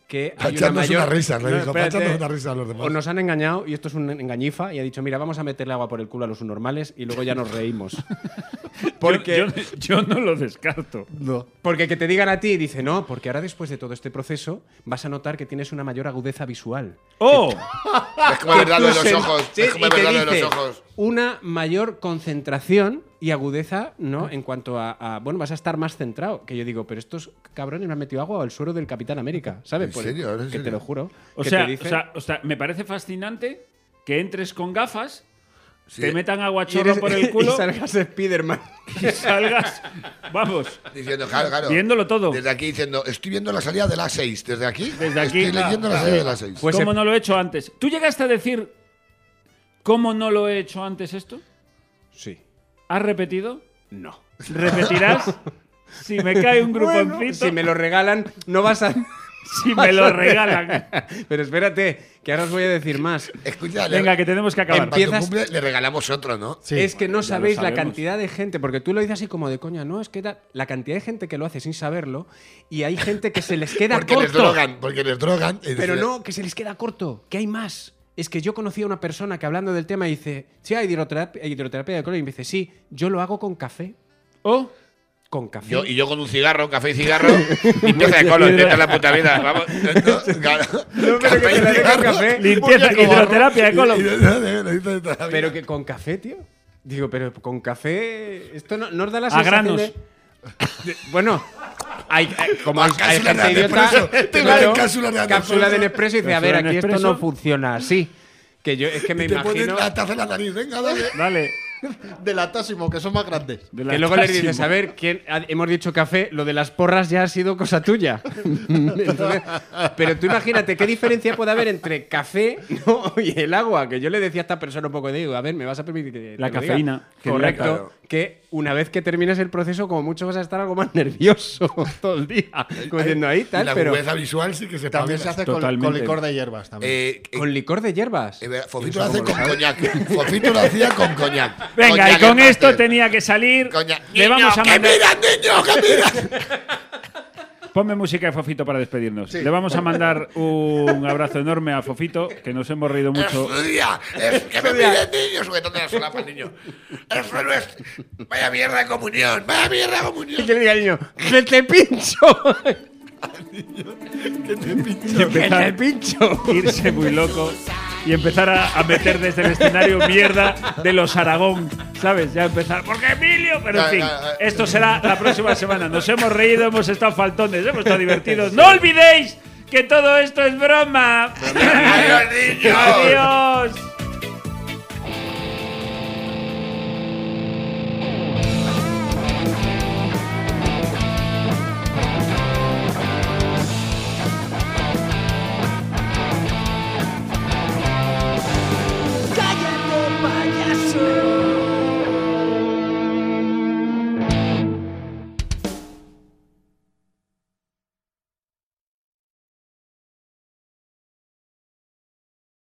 que. Hay una, Echarnos mayor... una risa, ¿no? No, Dijo, espérate. echarnos una risa a los demás. O nos han engañado y esto es un engañifa y ha dicho, mira, vamos a meterle agua por el culo a los normales y luego ya nos reímos. Porque, Yo, yo- yo no lo descarto. porque que te digan a ti, dice, no, porque ahora después de todo este proceso vas a notar que tienes una mayor agudeza visual. ¡Oh! Es como es verdad lo de Tú los sen- ojos. Sí, Es como y es te verdad lo de los dice, ojos. Una mayor concentración y agudeza, Ah. ¿no? En cuanto a, a- Bueno, vas a estar más centrado. Que yo digo, pero estos cabrones me han metido agua al suero del Capitán América, ¿sabes? ¿En Por- serio? ¿En que te serio? lo juro. O que sea, te dicen- o sea- o sea, me parece fascinante que entres con gafas, Sí. te metan agua y chorro eres- por el culo Y salgas Spiderman. y salgas. Vamos. Diciendo, claro, claro. Viéndolo todo. Desde aquí diciendo, estoy viendo la salida de la 6. Desde aquí. Desde aquí, Estoy ah, leyendo la vale. salida de la 6. Pues ¿Cómo se- no lo he hecho antes? ¿Tú llegaste a decir cómo no lo he hecho antes esto? Sí. ¿Has repetido? No. ¿Repetirás? Si me cae un gruponcito, Bueno, si me lo regalan, no vas a. lo regalan. Pero espérate, que ahora os voy a decir más. Escucha, le- Venga, que tenemos que acabar. cuando Empieza- empiezas- cumple, le regalamos otro, ¿no? es que no ya lo sabéis la sabemos. cantidad de gente, porque tú lo dices así como de coña, no, es que da- la cantidad de gente que lo hace sin saberlo y hay gente que se les queda Porque les corto. drogan. Porque les drogan. y Pero deciden- no, que se les queda corto, que hay más. Es que yo conocí a una persona que hablando del tema dice, sí, hay hidroterapia, hidroterapia de color, y me dice, sí, yo lo hago con café. Oh, Con café. Yo, y yo con un cigarro, un café y cigarro, limpieza de colon, intenta la puta vida. Vamos. No, claro. No, pero que Café y te la dé con cigarro. café. limpieza, hidroterapia de colon. Pero que con café, tío. Digo, pero con café. Esto no, no os da la A sensación granos. de- de- bueno, hay, hay- como hay, hay cápsulas gente de idiota. Nespresso. Te claro, valen cápsulas de cápsula de Nespresso. Nespresso y dice, a ver, Cápsula de aquí esto Nespresso. no funciona así. Que yo es que me Te ponen imagino. la taza en la nariz, venga, dale. Dale. de la Tásimo, que son más grandes. Que luego le dices, a ver, ¿quién ha- hemos dicho café, lo de las porras ya ha sido cosa tuya. Entonces, pero tú imagínate, ¿qué diferencia puede haber entre café ¿no? y el agua? Que yo le decía a esta persona un poco de, digo, a ver, ¿me vas a permitir que te La lo diga?". cafeína. Que Correcto. diga, claro. Que una vez que termines el proceso, como mucho vas a estar algo más nervioso todo el día. ah, Como diciendo ahí, tal, la pero... agudeza visual sí que se También pavela. se hace con- con, licor de hierbas. También. Eh, eh, ¿Con licor de hierbas? eh, Fofito lo hace con coñac. Fofito lo hacía con coñac. Venga, y Coñac con es esto máster. tenía que salir. Coñac. Niño, Le vamos a que mandar. mira, niño, que mira. Ponme música de Fofito para despedirnos. Le vamos a mandar un abrazo enorme a Fofito, que nos hemos reído mucho. Estudia, es que me piden niño, sujetón de la solapa, niño. Eso no es. Vaya mierda de comunión, vaya mierda de comunión. Y que le diga al niño, ¡que te pincho! Y empezar a irse muy loco y empezar a, a meter desde el escenario mierda de los Aragón, ¿sabes? Ya empezar, porque Emilio, pero en fin, esto será la próxima semana. Nos hemos reído, hemos estado faltones, hemos estado divertidos. No olvidéis que todo esto es broma. Adiós, niño. Adiós.